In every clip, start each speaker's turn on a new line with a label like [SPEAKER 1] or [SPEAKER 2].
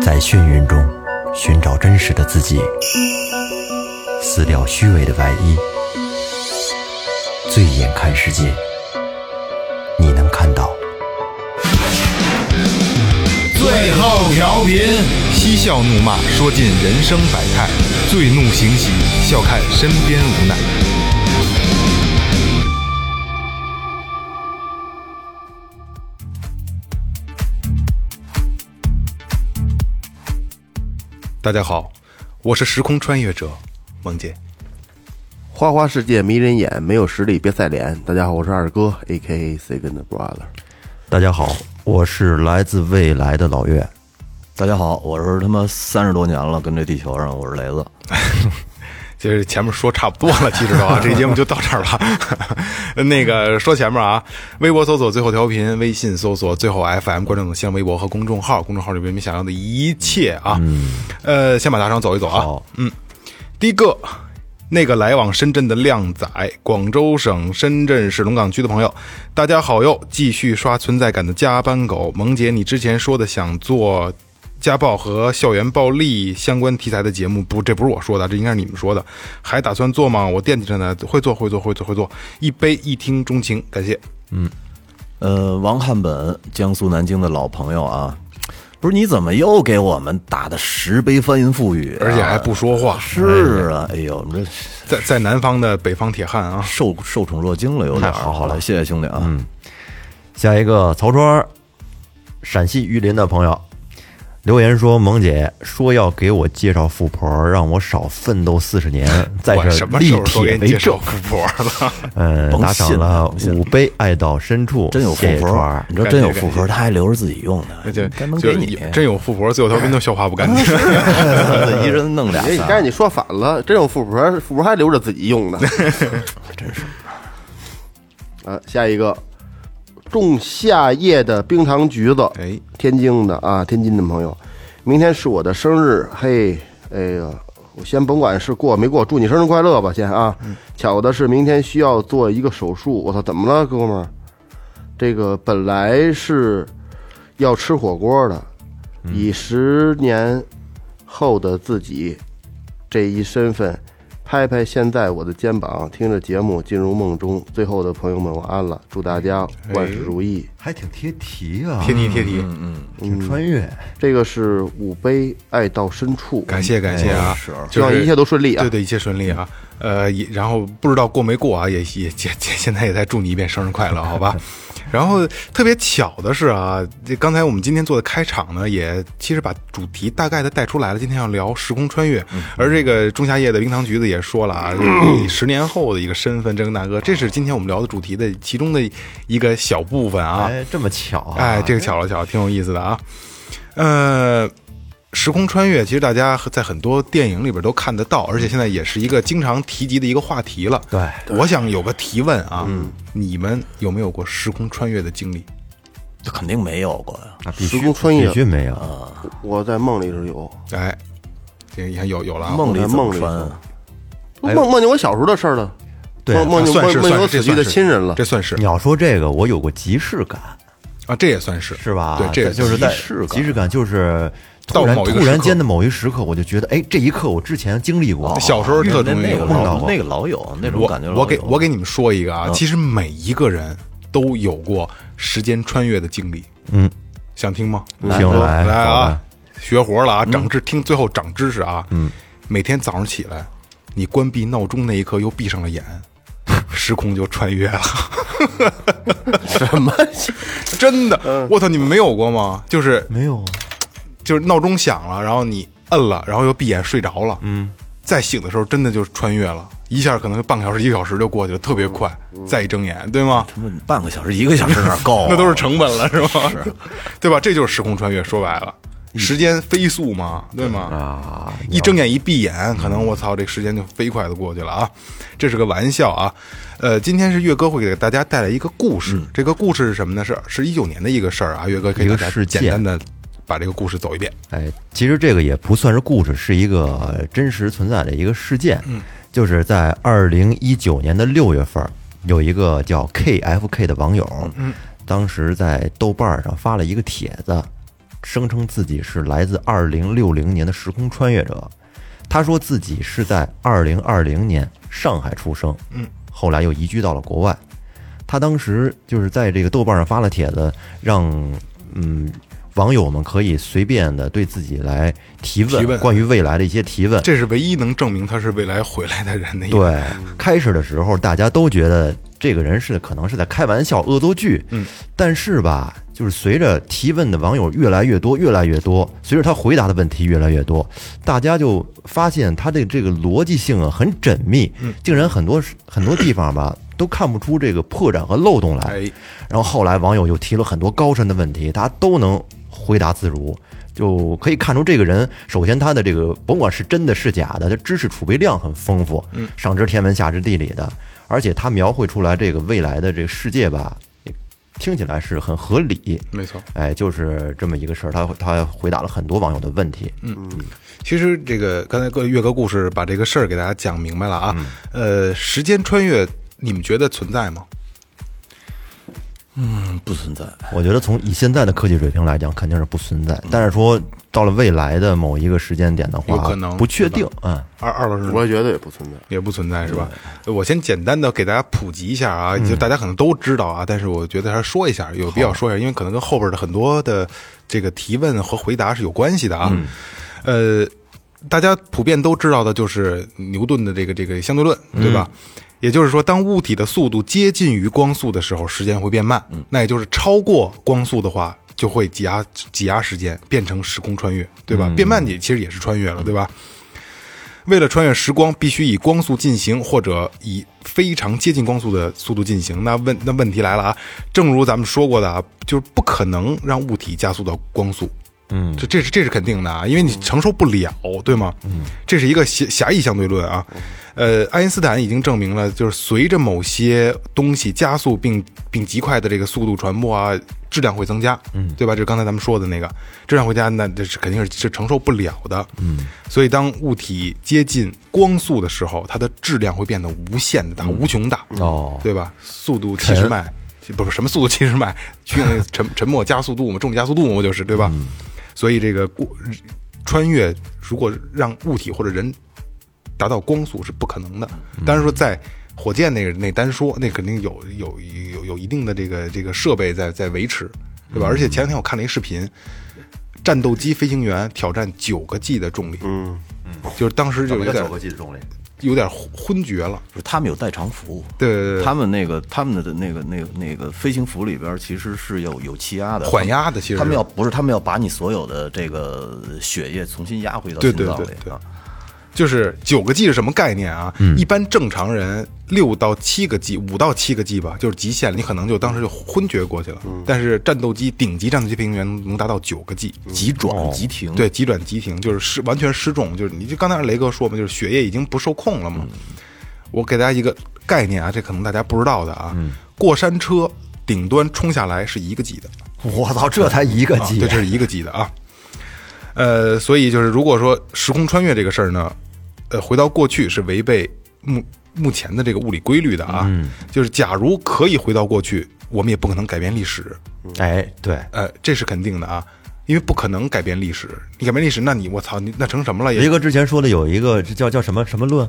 [SPEAKER 1] 在眩晕中寻找真实的自己，撕掉虚伪的外衣，醉眼看世界，你能看到。
[SPEAKER 2] 最后调频，
[SPEAKER 3] 嬉笑怒骂，说尽人生百态；醉怒行喜，笑看身边无奈。大家好，我是时空穿越者孟姐。
[SPEAKER 4] 花花世界迷人眼，没有实力别赛脸。大家好，我是二哥，A K A Second Brother。
[SPEAKER 1] 大家好，我是来自未来的老岳。
[SPEAKER 5] 大家好，我是他妈三十多年了，跟这地球上，我是雷子。
[SPEAKER 3] 就是前面说差不多了，其实的话，这节目就到这儿了。 那个说前面啊，微博搜索最后调频，微信搜索最后 FM，关注我们新浪微博和公众号，公众号里面你想要的一切啊。呃，先把大商走一走啊。嗯，第一个，那个来往深圳的靓仔，广州省深圳市龙岗区的朋友，大家好哟！继续刷存在感的加班狗萌姐，你之前说的想做家暴和校园暴力相关题材的节目，不，这不是我说的，这应该是你们说的，还打算做吗？我惦记着呢，会做，会做，会做，会做，一杯一听钟情，感谢。
[SPEAKER 5] 呃，王汉本，江苏南京的老朋友啊，不是你怎么又给我们打的十杯翻云覆雨啊、
[SPEAKER 3] 而且还不说话，
[SPEAKER 5] 是啊，哎呦，你这
[SPEAKER 3] 在在南方的北方铁汉啊，
[SPEAKER 5] 受受宠若惊了，有
[SPEAKER 1] 太
[SPEAKER 5] 点
[SPEAKER 1] 好了
[SPEAKER 5] 来谢谢兄弟啊，
[SPEAKER 3] 嗯
[SPEAKER 1] 下一个曹川儿，陕西榆林的朋友留言说：“萌姐说要给我介绍富婆，让我少奋斗四十 年，在
[SPEAKER 3] 我
[SPEAKER 1] 这
[SPEAKER 3] 什么
[SPEAKER 1] 立
[SPEAKER 3] 时候说
[SPEAKER 1] 铁
[SPEAKER 3] 给你
[SPEAKER 1] 为
[SPEAKER 3] 介
[SPEAKER 1] 证
[SPEAKER 3] 绍。富婆了？”
[SPEAKER 1] 嗯，
[SPEAKER 5] 甭
[SPEAKER 1] 打赏
[SPEAKER 5] 信了
[SPEAKER 1] 了
[SPEAKER 5] 甭信了
[SPEAKER 1] 五杯，爱到深处，
[SPEAKER 5] 真有富
[SPEAKER 1] 谢谢川
[SPEAKER 5] 婆
[SPEAKER 1] 儿，
[SPEAKER 5] 你知道真有富婆，他还留着自己用呢，
[SPEAKER 3] 就
[SPEAKER 5] 该能
[SPEAKER 3] 就
[SPEAKER 5] 给你
[SPEAKER 3] 有，真有富婆，最后调频都消化不干净。
[SPEAKER 5] 一人弄俩
[SPEAKER 4] 哎，
[SPEAKER 5] 仨
[SPEAKER 4] 刚才你说反了，真有富婆，富婆还留着自己 用呢，真是。啊，下一个，仲夏夜的冰糖橘子，
[SPEAKER 3] 哎，
[SPEAKER 4] 天津的啊，天津的朋友，明天是我的生日，嘿，哎呀，我先甭管是过没过，祝你生日快乐吧，先啊。巧的是，明天需要做一个手术，我操，怎么了，哥们儿？这个本来是要吃火锅的，以十年后的自己这一身份，拍拍现在我的肩膀，听着节目进入梦中。最后的朋友们，我安了，祝大家
[SPEAKER 3] 哎
[SPEAKER 4] 万事如意。
[SPEAKER 6] 还挺贴题啊，
[SPEAKER 3] 贴题贴题，
[SPEAKER 5] 嗯
[SPEAKER 6] 挺穿越。
[SPEAKER 4] 这个是五杯爱到深处，
[SPEAKER 3] 感谢感谢啊！
[SPEAKER 4] 希望一切都顺利啊！
[SPEAKER 3] 对对，一切顺利啊。呃，也然后不知道过没过啊，也也也现在也再祝你一遍生日快乐，好吧？然后特别巧的是啊，这刚才我们今天做的开场呢，也其实把主题大概的带出来了。今天要聊时空穿越，而这个仲夏夜的冰糖橘子也说了啊，以十年后的一个身份，这个那个，这是今天我们聊的主题的其中的一个小部分啊。
[SPEAKER 1] 哎，这么巧啊！
[SPEAKER 3] 哎，这个巧了巧了，挺有意思的啊。呃，时空穿越其实大家在很多电影里边都看得到，而且现在也是一个经常提及的一个话题了。
[SPEAKER 1] 对，
[SPEAKER 3] 我想有个提问啊，你们有没有过时空穿越的经历？
[SPEAKER 5] 这肯定没有过呀。
[SPEAKER 3] 啊
[SPEAKER 1] 那必
[SPEAKER 4] 时
[SPEAKER 1] 须
[SPEAKER 4] 空穿越
[SPEAKER 1] 必须没
[SPEAKER 3] 嗯
[SPEAKER 1] 有，
[SPEAKER 4] 我在梦里是有
[SPEAKER 3] 哎，这你看有有了啊，
[SPEAKER 5] 梦里
[SPEAKER 4] 我在
[SPEAKER 5] 怎么
[SPEAKER 4] 梦里
[SPEAKER 5] 穿
[SPEAKER 4] 做
[SPEAKER 5] 啊？
[SPEAKER 3] 哎
[SPEAKER 4] 梦梦见我小时候的事儿了，
[SPEAKER 1] 对
[SPEAKER 4] 梦梦见
[SPEAKER 3] 啊算是
[SPEAKER 4] 梦梦见我
[SPEAKER 3] 算是这
[SPEAKER 4] 死去
[SPEAKER 3] 算
[SPEAKER 4] 的
[SPEAKER 3] 是
[SPEAKER 4] 亲人了
[SPEAKER 3] 这。算是
[SPEAKER 1] 你要说这个，我有过即视感，
[SPEAKER 3] 啊，这也算是
[SPEAKER 1] 是吧？
[SPEAKER 3] 对，这也
[SPEAKER 1] 就是在
[SPEAKER 5] 视感
[SPEAKER 1] 即视感，就是
[SPEAKER 3] 到
[SPEAKER 1] 突然
[SPEAKER 3] 某一个
[SPEAKER 1] 突然
[SPEAKER 3] 时刻
[SPEAKER 1] 间的某一时刻，我就觉得，哎，这一刻我之前经历过。
[SPEAKER 3] 小时候特
[SPEAKER 5] 那
[SPEAKER 3] 种
[SPEAKER 5] 哦那个
[SPEAKER 3] 有
[SPEAKER 1] 碰到
[SPEAKER 5] 老
[SPEAKER 1] 过
[SPEAKER 5] 那个老有那种
[SPEAKER 3] 我
[SPEAKER 5] 感觉老有。
[SPEAKER 3] 我给我给你们说一个啊，其实每一个人都有过时间穿越的经历。
[SPEAKER 1] 嗯，
[SPEAKER 3] 想听吗？
[SPEAKER 1] 行来
[SPEAKER 3] 来
[SPEAKER 1] 好
[SPEAKER 3] 啊
[SPEAKER 1] 吧，
[SPEAKER 3] 学活了啊，长知听最后长知识啊。嗯，每天早上起来，你关闭闹钟那一刻又闭上了眼。 时空就 穿越了，
[SPEAKER 4] 什么？
[SPEAKER 3] 真的！我操，你们没有过吗？就是
[SPEAKER 1] 嗯没有啊，
[SPEAKER 3] 就是闹钟响了，然后你摁了，然后又闭眼睡着了，嗯，再醒的时候真的就穿越了，一下可能半个小时、一个小时就过去了，特别快。
[SPEAKER 1] 嗯
[SPEAKER 3] 再一睁眼，对吗？？
[SPEAKER 5] 他们半个小时一个小时哪够啊
[SPEAKER 3] 那都是成本了，是吧？对吧？这就是时空穿越，说白了，时间飞速嘛，对吗？啊，一睁眼一闭眼，可能我操，这时间就飞快的过去了啊！这是个玩笑啊。呃，今天是岳哥会给大家带来一个故事，这个故事是什么呢？是是一九年的嗯一个事儿啊。岳哥给
[SPEAKER 1] 一
[SPEAKER 3] 大
[SPEAKER 1] 个
[SPEAKER 3] 家
[SPEAKER 1] 事件
[SPEAKER 3] 简单的把这个故事走一遍。
[SPEAKER 1] 哎，其实这个也不算是故事，是一个真实存在的一个事件。嗯，就是在二零一九年的六月份，有一个叫 KFK 的网友，嗯，当时在豆瓣上发了一个帖子，声称自己是来自二零六零年的时空穿越者。他说自己是在二零二零年上海出生，嗯，后来又移居到了国外。他当时就是在这个豆瓣上发了帖子，让嗯网友们可以随便的对自己来提问
[SPEAKER 3] 提问
[SPEAKER 1] 关于未来的一些提问。
[SPEAKER 3] 这是唯一能证明他是未来回来的人的一个。
[SPEAKER 1] 对，开始的时候大家都觉得这个人是可能是在开玩笑、恶作剧，嗯，但是吧，就是随着提问的网友越来越多、越来越多，随着他回答的问题越来越多，大家就发现他的这个逻辑性啊很缜密，竟然很多很多地方吧都看不出这个破绽和漏洞来，
[SPEAKER 3] 哎，
[SPEAKER 1] 然后后来网友又提了很多高深的问题，他都能回答自如，就可以看出这个人，首先他的这个甭管是真的是假的，他知识储备量很丰富，
[SPEAKER 3] 嗯
[SPEAKER 1] 上知天文下知地理的，而且他描绘出来这个未来的这个世界吧，也听起来是很合理。
[SPEAKER 3] 没错。
[SPEAKER 1] 哎，就是这么一个事儿，他他回答了很多网友的问题。嗯，
[SPEAKER 3] 其实这个刚才各岳哥故事把这个事儿给大家讲明白了啊。呃，时间穿越，你们觉得存在吗？
[SPEAKER 5] 不存在。
[SPEAKER 1] 我觉得从以现在的科技水平来讲，肯定是不存在。但是说到了未来的某一个时间点的话，
[SPEAKER 3] 嗯有可能
[SPEAKER 1] 不确
[SPEAKER 3] 是吧
[SPEAKER 1] 定。嗯，
[SPEAKER 3] 二二老师呢，
[SPEAKER 4] 我也觉得也不存在。
[SPEAKER 3] 也不存在是吧？我先简单的给大家普及一下啊，就大家可能都知道啊，但是我觉得还是说一下，有必要说一下，因为可能跟后边的很多的这个提问和回答是有关系的啊。呃，大家普遍都知道的就是牛顿的这个这个相对论，对吧？也就是说，当物体的速度接近于光速的时候，时间会变慢。那也就是超过光速的话，就会挤压挤压时间，变成时空穿越，对吧？变慢也其实也是穿越了，对吧？为了穿越时光，必须以光速进行，或者以非常接近光速的速度进行。那问那问题来了啊，正如咱们说过的啊，就是不可能让物体加速到光速。嗯，这这是这是肯定的啊，因为你承受不了，对吗？嗯，这是一个狭狭义相对论啊。呃，爱因斯坦已经证明了，就是随着某些东西加速并并极快的这个速度传播啊，质量会增加，嗯，对吧？这是刚才咱们说的那个质量会加，那这是肯定是是承受不了的，嗯。所以当物体接近光速的时候，它的质量会变得无限的大，无穷大，
[SPEAKER 1] 哦
[SPEAKER 3] 对吧？速度七十迈，不是什么速度七十迈，去那个沉沉默加速度嘛，重力加速度嘛，不就是对吧？所以这个过穿越，如果让物体或者人达到光速是不可能的。当然说在火箭那个那单说，那肯定有有有有一定的这个这个设备在在维持，对吧？而且前两天我看了一视频，战斗机飞行员挑战九个 G 的重力，嗯嗯，就是当时就有点
[SPEAKER 1] G 的重力？
[SPEAKER 3] 有点昏昏厥了，
[SPEAKER 5] 就是他们有代偿服务，
[SPEAKER 3] 对对对
[SPEAKER 5] 他们那个他们的那个那个那个飞行服里边其实是有有气压的，
[SPEAKER 3] 缓压的其实
[SPEAKER 5] 他们要不是他们要把你所有的这个血液重新压回到
[SPEAKER 3] 对
[SPEAKER 5] 心
[SPEAKER 3] 对
[SPEAKER 5] 脏里
[SPEAKER 3] 对对
[SPEAKER 5] 啊，
[SPEAKER 3] 就是九个 G 是什么概念啊？一般正常人六到七个 G，五到七个 G 吧，就是极限了，你可能就当时就昏厥过去了。
[SPEAKER 1] 嗯
[SPEAKER 3] 但是战斗机顶级战斗机飞行员能达到九个 G，
[SPEAKER 1] 嗯
[SPEAKER 5] 急转急停，
[SPEAKER 3] 对，急转急停，就是失完全失重，就是你就刚才雷哥说嘛，就是血液已经不受控了嘛。我给大家一个概念啊，这可能大家不知道的啊，过山车顶端冲下来是一个 G 的，
[SPEAKER 1] 我操，这才一个 G，
[SPEAKER 3] 啊，对，这是一个 G 的啊。呃，所以就是如果说时空穿越这个事儿呢，呃，回到过去是违背目目前的这个物理规律的啊。
[SPEAKER 5] 嗯
[SPEAKER 3] 就是假如可以回到过去，我们也不可能改变历史，
[SPEAKER 1] 哎，对，
[SPEAKER 3] 呃，这是肯定的啊，因为不可能改变历史。你改变历史，那你我操，你那成什么了？
[SPEAKER 1] 雷
[SPEAKER 5] 哎
[SPEAKER 3] 也
[SPEAKER 1] 哥之前说的有一个这叫叫什么什么论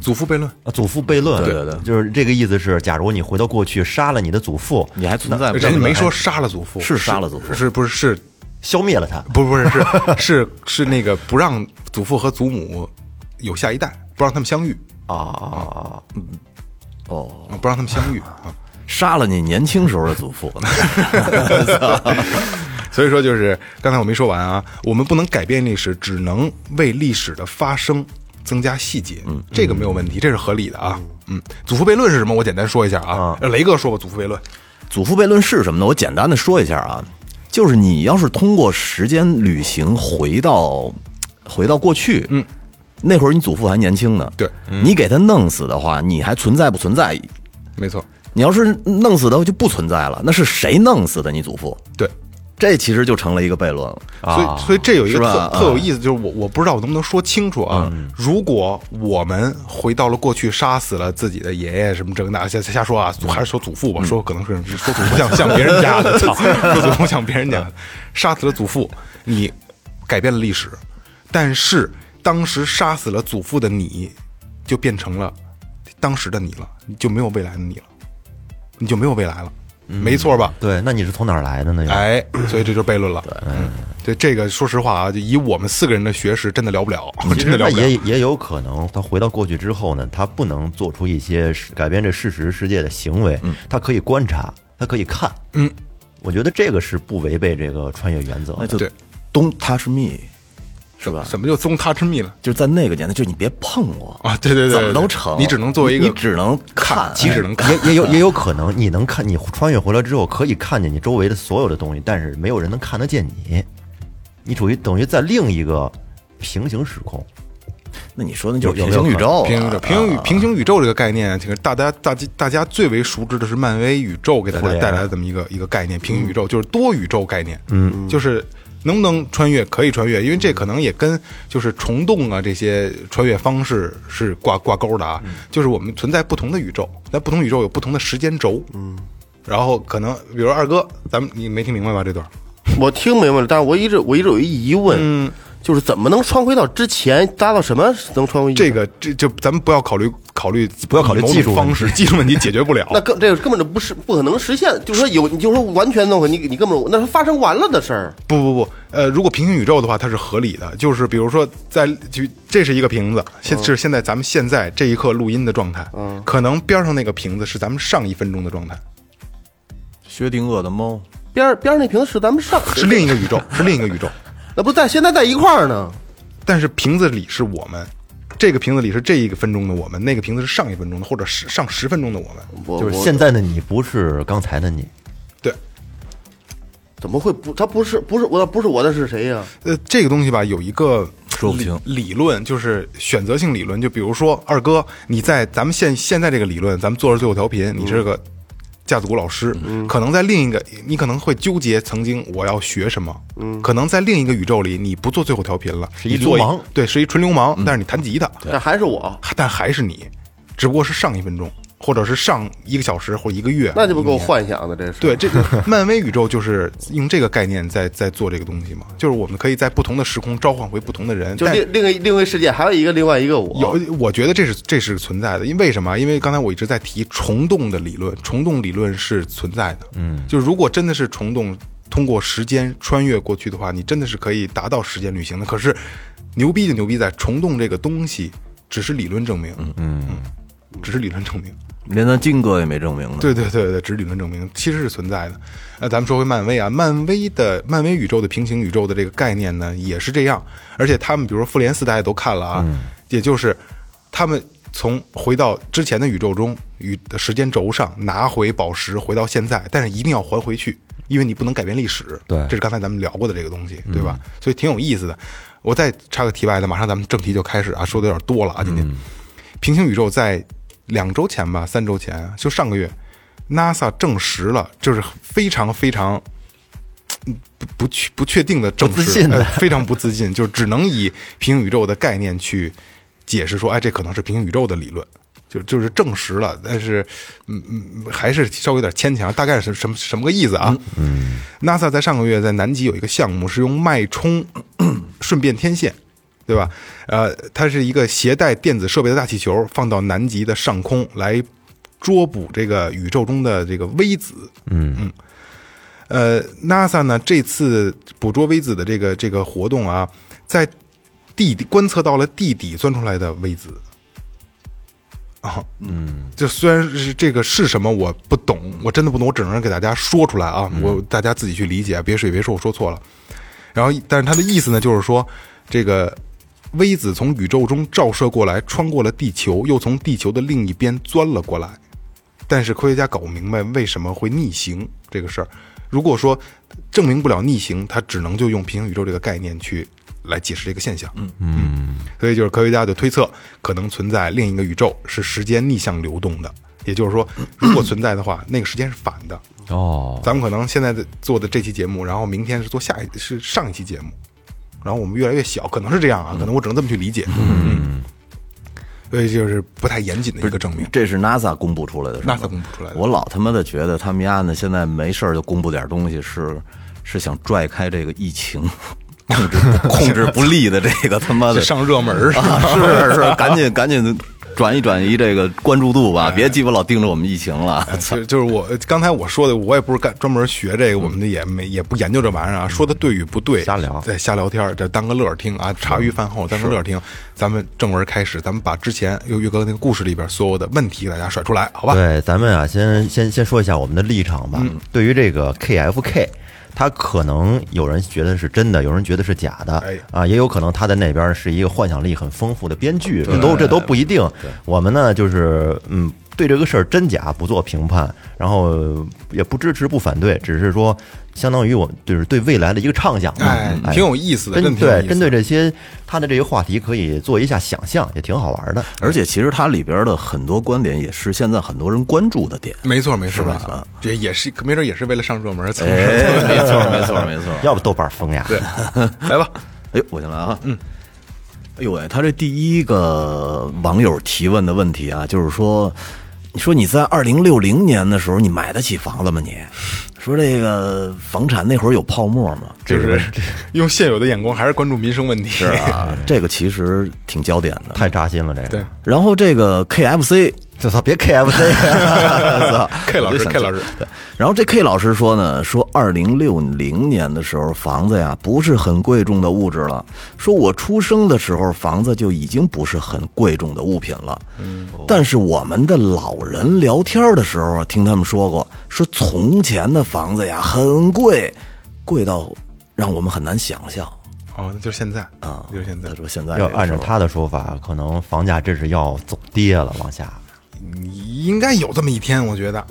[SPEAKER 3] 祖父悖论。
[SPEAKER 1] 啊，祖父悖论，
[SPEAKER 5] 对对对
[SPEAKER 1] 就是这个意思是，假如你回到过去杀了你的祖父，
[SPEAKER 5] 你还存在吗？哎
[SPEAKER 3] 人家没说杀了祖父，
[SPEAKER 5] 呃是杀了祖父
[SPEAKER 3] 是不是是
[SPEAKER 1] 消灭了他，
[SPEAKER 3] 不不是是是是那个不让祖父和祖母有下一代，不让他们相遇，嗯
[SPEAKER 1] 啊，
[SPEAKER 5] 哦，
[SPEAKER 3] 啊不让他们相遇啊。
[SPEAKER 5] 杀了你年轻时候的祖父，
[SPEAKER 3] 所以说，就是刚才我没说完啊，我们不能改变历史，只能为历史的发生增加细节。嗯，这个没有问题，这是合理的啊。嗯，祖父悖论是什么？我简单说一下啊。雷哥说吧，祖父悖论。
[SPEAKER 5] 祖父悖论是什么呢？我简单的说一下啊，就是你要是通过时间旅行回到回到过去，嗯，那会儿你祖父还年轻呢，
[SPEAKER 3] 对，嗯
[SPEAKER 5] 你给他弄死的话，你还存在不存在？
[SPEAKER 3] 没错，
[SPEAKER 5] 你要是弄死的话就不存在了，那是谁弄死的你祖父？
[SPEAKER 3] 对，
[SPEAKER 5] 这其实就成了一个悖论了。
[SPEAKER 3] 所以，所以这有一个
[SPEAKER 5] 啊
[SPEAKER 3] 特
[SPEAKER 5] 是吧嗯
[SPEAKER 3] 特有意思，就是我我不知道我能不能说清楚啊。如果我们回到了过去，杀死了自己的爷爷什么这个那，瞎瞎说
[SPEAKER 5] 嗯
[SPEAKER 3] 啊，还是说祖父吧，说可能是说祖父像像别人家 的，操，说祖父像别人家的，杀死了祖父，你改变了历史，但是当时杀死了祖父的你，就变成了当时的你了，你就没有未来的你了，你就没有未来了，
[SPEAKER 5] 嗯
[SPEAKER 3] 没错吧？
[SPEAKER 1] 对，那你是从哪儿来的呢？
[SPEAKER 3] 哎，所以这就是悖论了。嗯，对这个，说实话啊，就以我们四个人的学识，真的聊不了，
[SPEAKER 5] 嗯
[SPEAKER 3] 真的聊
[SPEAKER 1] 那
[SPEAKER 3] 不了
[SPEAKER 1] 也。也有可能，他回到过去之后呢，他不能做出一些是改变这事实世界的行为，他可以观察，他可以看，嗯，我觉得这个是不违背这个穿越原则
[SPEAKER 5] 那
[SPEAKER 1] 的。
[SPEAKER 3] 哦
[SPEAKER 5] 就
[SPEAKER 3] 对
[SPEAKER 5] Don't touch me，是吧？
[SPEAKER 3] 怎么就宗他之密了
[SPEAKER 5] 就是在那个年代，就是你别碰我
[SPEAKER 3] 啊对对对对
[SPEAKER 5] 怎么都成，
[SPEAKER 3] 你只能作为一个
[SPEAKER 5] 你只能看，哎
[SPEAKER 3] 即使能看
[SPEAKER 1] 也也有也有可能，你能看你穿越回来之后，可以看见你周围的所有的东西，但是没有人能看得见你，你处于等于在另一个平行时空。
[SPEAKER 5] 哎那你说那就是
[SPEAKER 1] 有有
[SPEAKER 5] 平行宇
[SPEAKER 1] 啊
[SPEAKER 5] 宙了，啊
[SPEAKER 3] 平行宇宙，平行宇平行宇宙这个概念，其实大家大家大家最为熟知的是漫威宇宙给大家带来的这么一个一个概念，平行
[SPEAKER 1] 嗯
[SPEAKER 3] 宇宙就是多宇宙概念，嗯，就是能不能穿越可以穿越，因为这可能也跟就是虫洞啊这些穿越方式是挂挂钩的
[SPEAKER 1] 嗯
[SPEAKER 3] 啊，就是我们存在不同的宇宙，在不同宇宙有不同的时间轴，嗯，然后可能比如二哥，咱们你没听明白吧这段？
[SPEAKER 4] 我听明白了，但是我一直我一直有一疑问，
[SPEAKER 3] 嗯
[SPEAKER 4] 就是怎么能穿回到之前？搭到什么能穿回？
[SPEAKER 3] 这个这就咱们不要考虑考虑
[SPEAKER 1] 嗯不要考虑
[SPEAKER 3] 某种
[SPEAKER 1] 技术问
[SPEAKER 3] 方式，技术问题解决 不了，
[SPEAKER 4] 那根这个根本就不是不可能实现，就是说有，你就说完全弄回，你你根本那是发生完了的事儿。
[SPEAKER 3] 不不不，呃，如果平行宇宙的话，它是合理的，就是比如说在就这是一个瓶子，现是现在咱们现在这一刻录音的状态，可能边上那个瓶子是咱们上一分钟的状态，
[SPEAKER 5] 薛定谔的猫，
[SPEAKER 4] 边儿边儿那瓶是咱们上，
[SPEAKER 3] 是另一个宇宙， 是另一个宇宙，
[SPEAKER 4] 那不在现在在一块儿呢？
[SPEAKER 3] 但是瓶子里是我们。这个瓶子里是这一个分钟的我们，那个瓶子是上一分钟的，或者是上十分钟的我们。
[SPEAKER 4] 我
[SPEAKER 1] 就是
[SPEAKER 4] 我
[SPEAKER 1] 现在的你不是刚才的你，
[SPEAKER 3] 对，
[SPEAKER 4] 怎么会不？他不是不是我的不是我的是谁呀、
[SPEAKER 3] 呃，这个东西吧，有一个
[SPEAKER 5] 说不清
[SPEAKER 3] 理理论，就是选择性理论。就比如说，二哥，你在咱们现现在这个理论，咱们做着最后调频，你是个架子鼓老师，可能在另一个，你可能会纠结曾经我要学什么，可能在另一个宇宙里，你不做最后调频了，
[SPEAKER 1] 是一
[SPEAKER 3] 你做
[SPEAKER 1] 流氓
[SPEAKER 3] 对，是一纯流氓，但是你弹吉他，
[SPEAKER 4] 但还是我，
[SPEAKER 3] 但还是你，只不过是上一分钟，或者是上一个小时或者一个月，
[SPEAKER 4] 那就不
[SPEAKER 3] 一
[SPEAKER 4] 够
[SPEAKER 3] 年
[SPEAKER 4] 幻想的，这是
[SPEAKER 3] 对， 这个漫威宇宙就是用这个概念在在做这个东西嘛，就是我们可以在不同的时空召唤回不同的人，
[SPEAKER 4] 就
[SPEAKER 3] 但
[SPEAKER 4] 另另一另一个世界还有一个另外一个我，
[SPEAKER 3] 有，我觉得这是这是存在的，因为什么？因为刚才我一直在提虫洞的理论，虫洞理论是存在的。嗯，就如果真的是虫洞通过时间穿越过去的话，你真的是可以达到时间旅行的。可是牛逼就牛逼在虫洞这个东西只是理论证明，嗯只是理论证明。
[SPEAKER 5] 连咱金哥也没证明呢。
[SPEAKER 3] 对对对对，只是理论证明其实是存在的。呃，咱们说回漫威啊，漫威的漫威宇宙的平行宇宙的这个概念呢，也是这样。而且他们，比如说复联四，大家也都看了啊，也就是他们从回到之前的宇宙中与时间轴上拿回宝石，回到现在，但是一定要还回去，因为你不能改变历史。
[SPEAKER 1] 对
[SPEAKER 3] 这是刚才咱们聊过的这个东西，对吧？所以挺有意思的。我再插个题外的，马上咱们正题就开始啊，说的有点多了啊，今天。平行宇宙在两周前吧，三周前，就上个月，NASA 证实了，就是非常非常嗯不不确不确定的证实，
[SPEAKER 1] 不自信的
[SPEAKER 3] 呃非常不自信，就只能以平行宇宙的概念去解释说，哎，这可能是平行宇宙的理论。就就是证实了，但是，嗯嗯，还是稍微有点牵强，大概是什么什么个意思啊？嗯，NASA 在上个月在南极有一个项目是用脉冲顺便天线，对吧？呃，它是一个携带电子设备的大气球，放到南极的上空来捉捕这个宇宙中的这个微子。嗯嗯。呃，NASA 呢这次捕捉微子的这个这个活动啊，在地底观测到了地底钻出来的微子。啊，嗯，就虽然是这个是什么我不懂，我真的不懂，我只能给大家说出来啊，我大家自己去理解，别说别说我说错了。然后，但是它的意思呢，就是说，这个微子从宇宙中照射过来，穿过了地球，又从地球的另一边钻了过来。但是科学家搞不明白为什么会逆行这个事儿。如果说证明不了逆行，它只能就用平行宇宙这个概念去来解释这个现象。嗯嗯，所以就是科学家就推测，可能存在另一个宇宙是时间逆向流动的。也就是说，如果存在的话，那个时间是反的。
[SPEAKER 1] 哦，
[SPEAKER 3] 咱们可能现在的做的这期节目，然后明天是做下一是上一期节目，然后我们越来越小，可能是这
[SPEAKER 1] 嗯
[SPEAKER 3] 样啊，可能我只能这么去理解。嗯，所以就是不太严谨的一个证明。
[SPEAKER 5] 这是 NASA 公布出来的是吗
[SPEAKER 3] NASA 公布出来的
[SPEAKER 5] 我老他妈的觉得他们家呢现在没事儿就公布点东西是是想拽开这个疫情。 控制控制不力的这个他
[SPEAKER 1] 嗯
[SPEAKER 5] 妈的
[SPEAKER 3] 这上热门 儿是吧？
[SPEAKER 5] 啊是是，赶紧赶紧转移转移这个关注度吧，别鸡巴老盯着我们疫情了。
[SPEAKER 3] 就就是我刚才我说的，我也不是干专门学这个，我们的也没也不研究这玩意儿啊，说的对与不对，
[SPEAKER 1] 嗯瞎聊
[SPEAKER 3] 对，瞎聊天儿，这当个乐儿听啊，茶余饭后当个乐儿听。咱们正文开始，咱们把之前又岳哥那个故事里边所有的问题给大家甩出来，好吧？嗯
[SPEAKER 1] 对，咱们啊，先先先说一下我们的立场吧。对于这个 KFK，他可能有人觉得是真的，有人觉得是假的，
[SPEAKER 3] 哎
[SPEAKER 1] 啊，也有可能他在那边是一个幻想力很丰富的编剧，这都这都不一定。我们呢，就是嗯。对这个事儿真假不做评判，然后也不支持不反对，只是说相当于我们就是对未来的一个畅想吧，
[SPEAKER 3] 哎挺有意思的
[SPEAKER 1] 针
[SPEAKER 3] 真挺有意
[SPEAKER 1] 嗯对
[SPEAKER 3] 思的
[SPEAKER 1] 针对这些他的这些话题可以做一下想象，也挺好玩的。
[SPEAKER 5] 而且其实它里边的很多观点也是现在很多人关注的点。
[SPEAKER 3] 没错，没错，没错，这也是没准也是为了上热门儿蹭热
[SPEAKER 5] 哎，
[SPEAKER 3] 度。
[SPEAKER 5] 没错没错没错。
[SPEAKER 1] 要不豆瓣疯呀，
[SPEAKER 3] 对，来 吧，
[SPEAKER 5] 哎呦，我先来啊。嗯。哎呦喂，他这第一个网友提问的问题啊，就是说，你说你在二零六零年的时候，你买得起房子吗你？说这个房产那会儿有泡沫吗？
[SPEAKER 3] 就是用现有的眼光，还是关注民生问题。
[SPEAKER 5] 是 啊，这个其实挺焦点的。
[SPEAKER 1] 太扎心了这个。
[SPEAKER 3] 对
[SPEAKER 5] 然后这个 KFC
[SPEAKER 1] 就操，别 KFC，
[SPEAKER 5] 操
[SPEAKER 3] K 老师
[SPEAKER 5] 我就想
[SPEAKER 3] K 老师
[SPEAKER 5] 对。然后这 K 老师说呢，说二零六零年的时候，房子呀不是很贵重的物质了。说我出生的时候，房子就已经不是很贵重的物品了。嗯，但是我们的老人聊天的时候啊，听他们说过，说从前的房子呀很贵，贵到让我们很难想象
[SPEAKER 3] 哦，那就是现在
[SPEAKER 5] 啊。
[SPEAKER 3] 就是现在
[SPEAKER 5] 他。说现在
[SPEAKER 4] 哎
[SPEAKER 1] 要
[SPEAKER 5] 这个
[SPEAKER 1] 按照
[SPEAKER 5] 时候
[SPEAKER 1] 他的说法，可能房价这是要走跌了，往下。
[SPEAKER 3] 你应该有这么一天，我觉得，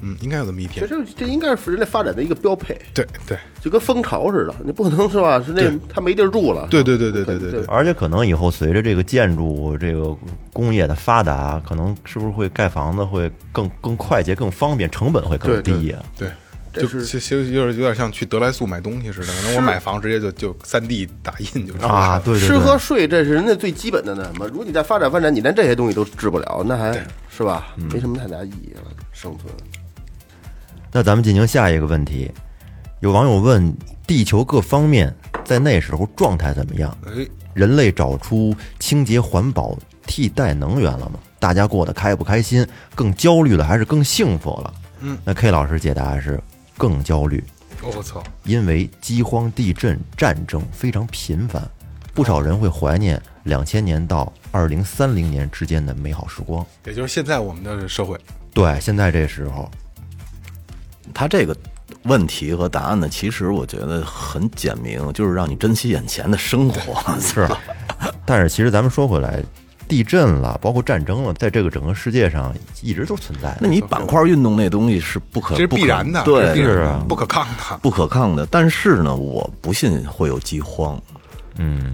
[SPEAKER 3] 嗯，应该有这么一
[SPEAKER 4] 这
[SPEAKER 3] 天。
[SPEAKER 4] 这这应该是人类发展的一个标配，
[SPEAKER 3] 对对
[SPEAKER 4] 就跟蜂巢似的，你不可能是吧？是那他没地儿住了，
[SPEAKER 3] 对对对对对对对，
[SPEAKER 1] 而且可能以后随着这个建筑、这个工业的发达，可能是不是会盖房子会更更快捷、更方便，成本会更
[SPEAKER 4] 对对
[SPEAKER 1] 低啊？
[SPEAKER 3] 对。
[SPEAKER 4] 这
[SPEAKER 3] 就是其实就是有点像去德来速买东西似的，可能我买房直接就就三 D 打印就出来了
[SPEAKER 1] 啊，，对对
[SPEAKER 4] 吃喝
[SPEAKER 1] 对，
[SPEAKER 4] 睡这是人家最基本的那什么。如果你再发展发展，你连这些东西都治不了，那还是吧？没什么太大意义了，生存。
[SPEAKER 1] 那咱们进行下一个问题。有网友问：地球各方面在那时候状态怎么样？
[SPEAKER 3] 哎，
[SPEAKER 1] 人类找出清洁环保替代能源了吗？大家过得开不开心？更焦虑了还是更幸福了？
[SPEAKER 3] 嗯，
[SPEAKER 1] 那 K 老师解答是更焦虑，
[SPEAKER 3] 我操，
[SPEAKER 1] 因为饥荒、地震、战争非常频繁，不少人会怀念两千年到二零三零年之间的美好时光。
[SPEAKER 3] 也就是现在我们的社会，
[SPEAKER 5] 呃
[SPEAKER 1] 对，现在这时候，
[SPEAKER 5] 他这个问题和答案呢，其实我觉得很简明，就是让你珍惜眼前的生活。是，
[SPEAKER 1] 但是其实咱们说回来，地震了，包括战争了，在这个整个世界上一直都存在
[SPEAKER 5] 那
[SPEAKER 1] 的。
[SPEAKER 5] 你板块运动那东西是不可
[SPEAKER 3] 这是必然的，
[SPEAKER 5] 不可
[SPEAKER 3] 这是必
[SPEAKER 5] 对，
[SPEAKER 3] 然
[SPEAKER 1] 是
[SPEAKER 3] 的
[SPEAKER 1] 啊，
[SPEAKER 3] 不可抗的。
[SPEAKER 5] 不可抗的。但是呢，我不信会有饥荒。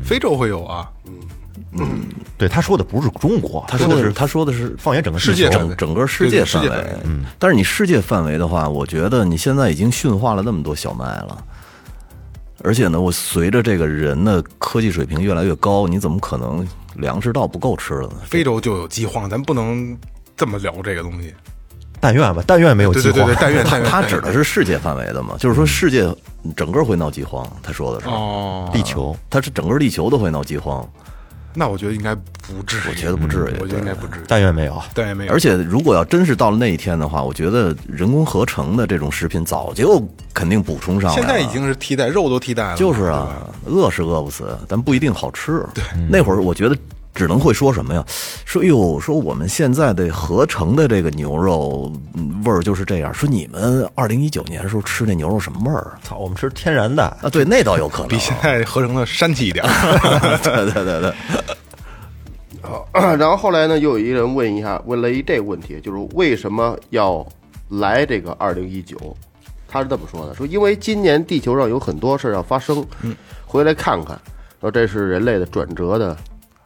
[SPEAKER 3] 非洲会有啊，
[SPEAKER 1] 对，他说的不是中国，
[SPEAKER 5] 他说的是，他说的是
[SPEAKER 1] 放眼整个
[SPEAKER 3] 世
[SPEAKER 1] 地
[SPEAKER 3] 界
[SPEAKER 1] 球
[SPEAKER 3] 上
[SPEAKER 5] 整整个世
[SPEAKER 3] 对
[SPEAKER 5] 界
[SPEAKER 3] 对世
[SPEAKER 5] 范
[SPEAKER 3] 界
[SPEAKER 5] 围
[SPEAKER 3] 范围。
[SPEAKER 5] 嗯，但是你世界范围的话，我觉得你现在已经驯化了那么多小麦了。而且呢，我随着这个人的科技水平越来越高，你怎么可能粮食到不够吃了呢？
[SPEAKER 3] 非洲就有饥荒，咱不能这么聊这个东西。
[SPEAKER 1] 但愿吧，但愿没有
[SPEAKER 3] 对
[SPEAKER 1] 饥
[SPEAKER 3] 对对
[SPEAKER 1] 荒
[SPEAKER 3] 对，。但愿但
[SPEAKER 5] 他
[SPEAKER 3] 愿。
[SPEAKER 5] 他
[SPEAKER 3] 但
[SPEAKER 5] 指
[SPEAKER 3] 愿
[SPEAKER 5] 的是世界范围的嘛，就是说世界整个会闹饥荒，他说的是，
[SPEAKER 3] 哦，
[SPEAKER 1] 地球，
[SPEAKER 5] 他是整个地球都会闹饥荒，
[SPEAKER 3] 那我觉得应该不至于，我
[SPEAKER 5] 觉得不至于
[SPEAKER 3] 我觉得应该不至于，
[SPEAKER 1] 但愿没有。
[SPEAKER 3] 但也没有
[SPEAKER 5] 而。且如果要真是到了那一天的话，我觉得人工合成的这种食品早就肯定补充上来
[SPEAKER 3] 现
[SPEAKER 5] 了。
[SPEAKER 3] 在已经是替代肉都替代了，
[SPEAKER 5] 就是
[SPEAKER 3] 对吧，
[SPEAKER 5] 啊，饿是饿不死，但不一定好吃。对，那会儿我觉得只能会说什么呀？说哟，说我们现在的合成的这个牛肉嗯味儿就是这样。说你们二零一九年的时候吃那牛肉什么味儿啊？
[SPEAKER 1] 操，我们吃天然的，
[SPEAKER 5] 啊，对，那倒有可能。
[SPEAKER 3] 比现在合成的煽气一点。
[SPEAKER 5] 对对对对，
[SPEAKER 4] 啊然后后来呢，又有一个人问一下，问了一这个问题，就是为什么要来这个二零一九？他是这么说的：说因为今年地
[SPEAKER 3] 嗯
[SPEAKER 4] 球上有很多事儿要发生，回来看看。然后这是人类的转折的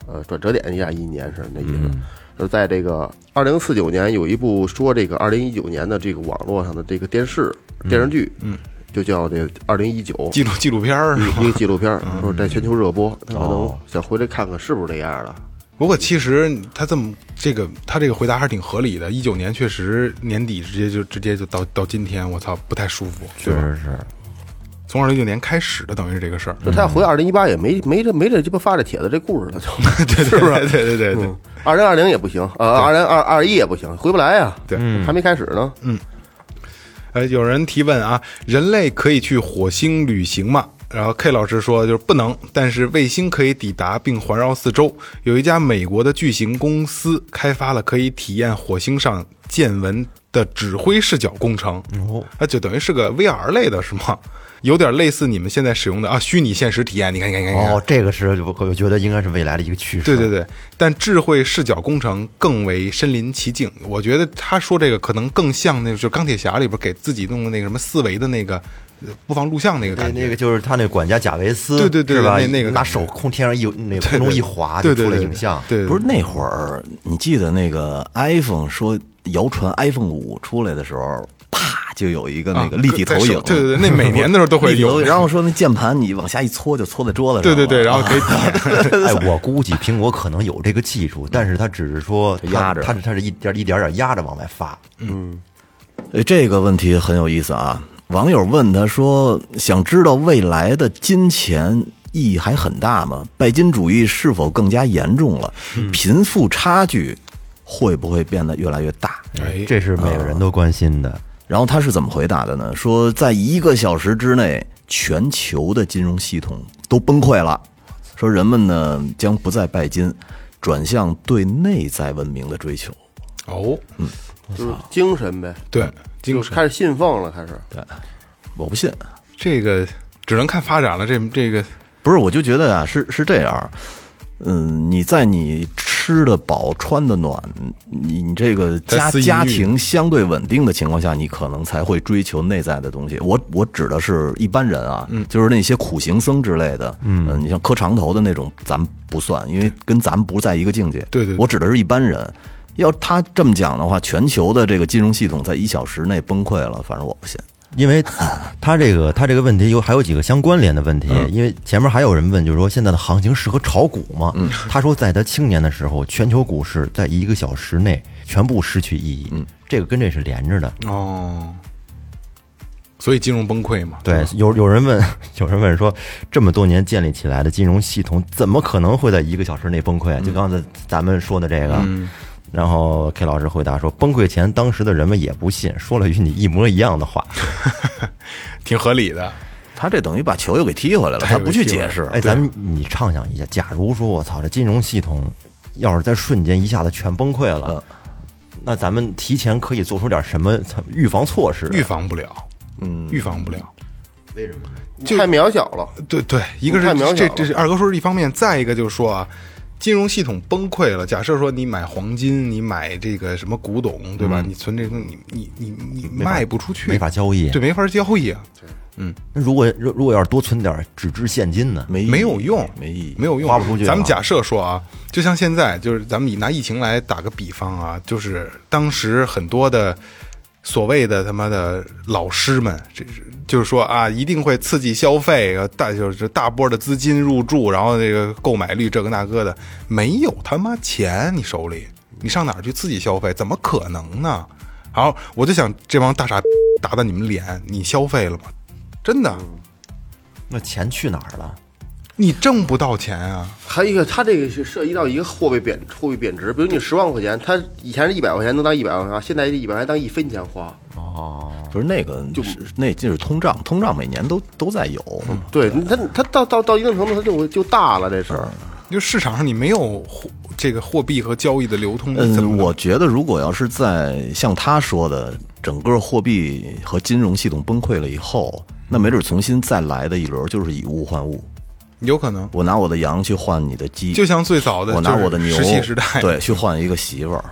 [SPEAKER 4] 呃转折点一下一年是那意思。
[SPEAKER 3] 嗯
[SPEAKER 4] 就在这个二零四九年有一部说这个二零一九年的这个网络上的这个电视电视剧，嗯，就叫这二零一九
[SPEAKER 3] 纪录纪录片儿是
[SPEAKER 5] 嗯
[SPEAKER 3] 嗯哦吧
[SPEAKER 4] 一个纪录片儿，说在全球热播，他可能想回来看看是不是这样的。
[SPEAKER 3] 不过其实他这么这个他这个回答还是挺合理的。一九年确实年底直接就直接就到到今天，我操，不太舒服。
[SPEAKER 1] 确实是，
[SPEAKER 3] 从二零一九年开始的，等于是这个事 儿。
[SPEAKER 4] 就他要回二零一八也没没这没这鸡巴发这帖子这故事了，就
[SPEAKER 3] 对
[SPEAKER 4] 是不是？
[SPEAKER 3] 对对对对
[SPEAKER 4] 二零二零也不行，呃，二零二二一也不行，回不来呀。
[SPEAKER 3] 对，
[SPEAKER 4] 还没开始呢。
[SPEAKER 3] 呃，有人提问啊，人类可以去火星旅行吗？然后 K 老师说就是不能，但是卫星可以抵达并环绕四周。有一家美国的巨型公司开发了可以体验火星上见闻的指挥视角工程，那就等于是个 VR 类的是吗？有点类似你们现在使用的啊虚拟现实体验，你看你看你看你看，
[SPEAKER 1] 哦，这个是我我觉得应该是未来的一个趋势。
[SPEAKER 3] 对对对，但智慧视角工程更为身临其境。我觉得他说这个可能更像那个，就是钢铁侠里边给自己弄的那个什么四维的那个呃播放录像那个
[SPEAKER 1] 那
[SPEAKER 3] 感觉。
[SPEAKER 1] 那个就是他那管家贾维斯，
[SPEAKER 3] 对对对
[SPEAKER 1] 是吧？
[SPEAKER 3] 那那个
[SPEAKER 1] 拿
[SPEAKER 3] 感觉
[SPEAKER 1] 手空天上一那个空中一划，就
[SPEAKER 3] 对对
[SPEAKER 1] 出
[SPEAKER 3] 对
[SPEAKER 1] 了
[SPEAKER 3] 对
[SPEAKER 1] 影像。
[SPEAKER 3] 对，
[SPEAKER 5] 不
[SPEAKER 3] 是
[SPEAKER 5] 是那会儿，你记得那个 iPhone 说谣传 iPhone 五出来的时候，啪就有一个那个立体投影，
[SPEAKER 3] 啊对对对，那每年的时候都会
[SPEAKER 5] 立体投
[SPEAKER 3] 有。
[SPEAKER 5] 影然后说那键盘你往下一搓就搓在桌子上
[SPEAKER 3] 对
[SPEAKER 5] 了，
[SPEAKER 3] 对 对，
[SPEAKER 5] 啊
[SPEAKER 3] 然后可以体验。
[SPEAKER 1] 哎，我估计苹果可能有这个技术，但是它只是说它
[SPEAKER 5] 压着
[SPEAKER 1] 它是它是一点一点点压着往外发。
[SPEAKER 5] 哎，这个问题很有意思啊！网友问他说：“想知道未来的金钱意义还很大吗？拜金主义是否更加严重了？
[SPEAKER 3] 嗯
[SPEAKER 5] 贫富差距会不会变得越来越大？”
[SPEAKER 3] 哎，
[SPEAKER 1] 这是每个人都关心的。
[SPEAKER 5] 然后他是怎么回答的呢？说在一个小时之内，全球的金融系统都崩溃了。说人们呢将不再拜金，转向对内在文明的追求。
[SPEAKER 3] 哦，
[SPEAKER 4] 就是精神呗，
[SPEAKER 3] 对，精
[SPEAKER 4] 就是开始信奉了，开始。
[SPEAKER 5] 我不信，
[SPEAKER 3] 这个只能看发展了。这这个
[SPEAKER 5] 不是，我就觉得啊，是是这样，嗯，你在你吃得饱、穿得暖，你你这个
[SPEAKER 3] 在
[SPEAKER 5] 家
[SPEAKER 3] 私淫欲
[SPEAKER 5] 家庭相对稳定的情况下，你可能才会追求内在的东西。我我指的是一般人啊，就是那些苦行僧之类的，嗯、你像磕长头的那种，咱们不算，因为跟咱们不在一个境界。
[SPEAKER 3] 对对对
[SPEAKER 5] 我指的是一般人。要他这么讲的话，全球的这个金融系统在一小时内崩溃了，反正我不信。
[SPEAKER 1] 因为呃他这个他这个问题有还有几个相关联的问题，因为前面还有人问，就是说现在的行情适合炒股吗？他说在他青年的时候，全球股市在一个小时内全部失去意义，这个跟这是连着的。
[SPEAKER 3] 哦，所以金融崩溃嘛。
[SPEAKER 1] 对，有有人问， 有人问说，这么多年建立起来的金融系统，怎么可能会在一个小时内崩溃？啊就刚才咱们说的这个。然后 K 老师回答说：“崩溃前，当时的人们也不信，说了与你一模一样的话。
[SPEAKER 3] 挺合理的。
[SPEAKER 5] 他这等于把球又给踢回来了，他不去解释。
[SPEAKER 1] 哎，咱们你畅想一下，假如说我操，这金融系统要是在瞬间一下子全崩溃了，那咱们提前可以做出点什么预防措施？
[SPEAKER 3] 预防不了，嗯，预防不了。就
[SPEAKER 4] 太渺小了，
[SPEAKER 3] 对对，一个是
[SPEAKER 4] 太渺小
[SPEAKER 3] 这
[SPEAKER 4] 了
[SPEAKER 3] 这是二哥说是一方面，再一个就是说啊，金融系统崩溃了。假设说你买黄金，你买这个什么古董，对吧？你存这东西，你你你你卖不出去，
[SPEAKER 1] 嗯没法交易
[SPEAKER 3] 对，没法交易啊，
[SPEAKER 1] 那如果如如果要是多存点纸质现金呢？
[SPEAKER 5] 没意义
[SPEAKER 3] 没有用，
[SPEAKER 5] 没意义，
[SPEAKER 3] 没有用，
[SPEAKER 1] 花不出去啊
[SPEAKER 3] 咱们假设说啊，就像现在，就是咱们以拿疫情来打个比方啊，就是当时很多的所谓的他妈的老师们，这是就是说啊，一定会刺激消费，呃大就是大波的资金入驻，然后这个购买率这个那个的，没有他妈钱你手里，你上哪儿去刺激消费？怎么可能呢？好，我就想这帮大傻逼打打你们脸，你消费了吗？真的，
[SPEAKER 5] 嗯
[SPEAKER 1] 那钱去哪儿了？
[SPEAKER 3] 你挣不到钱啊！
[SPEAKER 4] 还有一个，它这个是涉及到一个货币贬货币贬值，比如你十万块钱，它以前是一百块钱能当一百块钱花，现在一百块钱当一分钱花。
[SPEAKER 5] 不是那个，就是那就是通胀，通胀每年都都在有。
[SPEAKER 3] 嗯
[SPEAKER 4] 对，它它到到到一定程度，它就就大了这事儿。
[SPEAKER 3] 就市场上你没有货这个货币和交易的流通，你怎么
[SPEAKER 5] 嗯，
[SPEAKER 3] 能
[SPEAKER 5] 我觉得如果要是在像他说的，整个货币和金融系统崩溃了以后，那没准重新再来的一轮就是以物换物，
[SPEAKER 3] 有可能？
[SPEAKER 5] 我拿我的羊去换你的鸡，
[SPEAKER 3] 就像最早的
[SPEAKER 5] 我拿我的牛，
[SPEAKER 3] 石器时代，
[SPEAKER 5] 对，去换一个媳妇儿。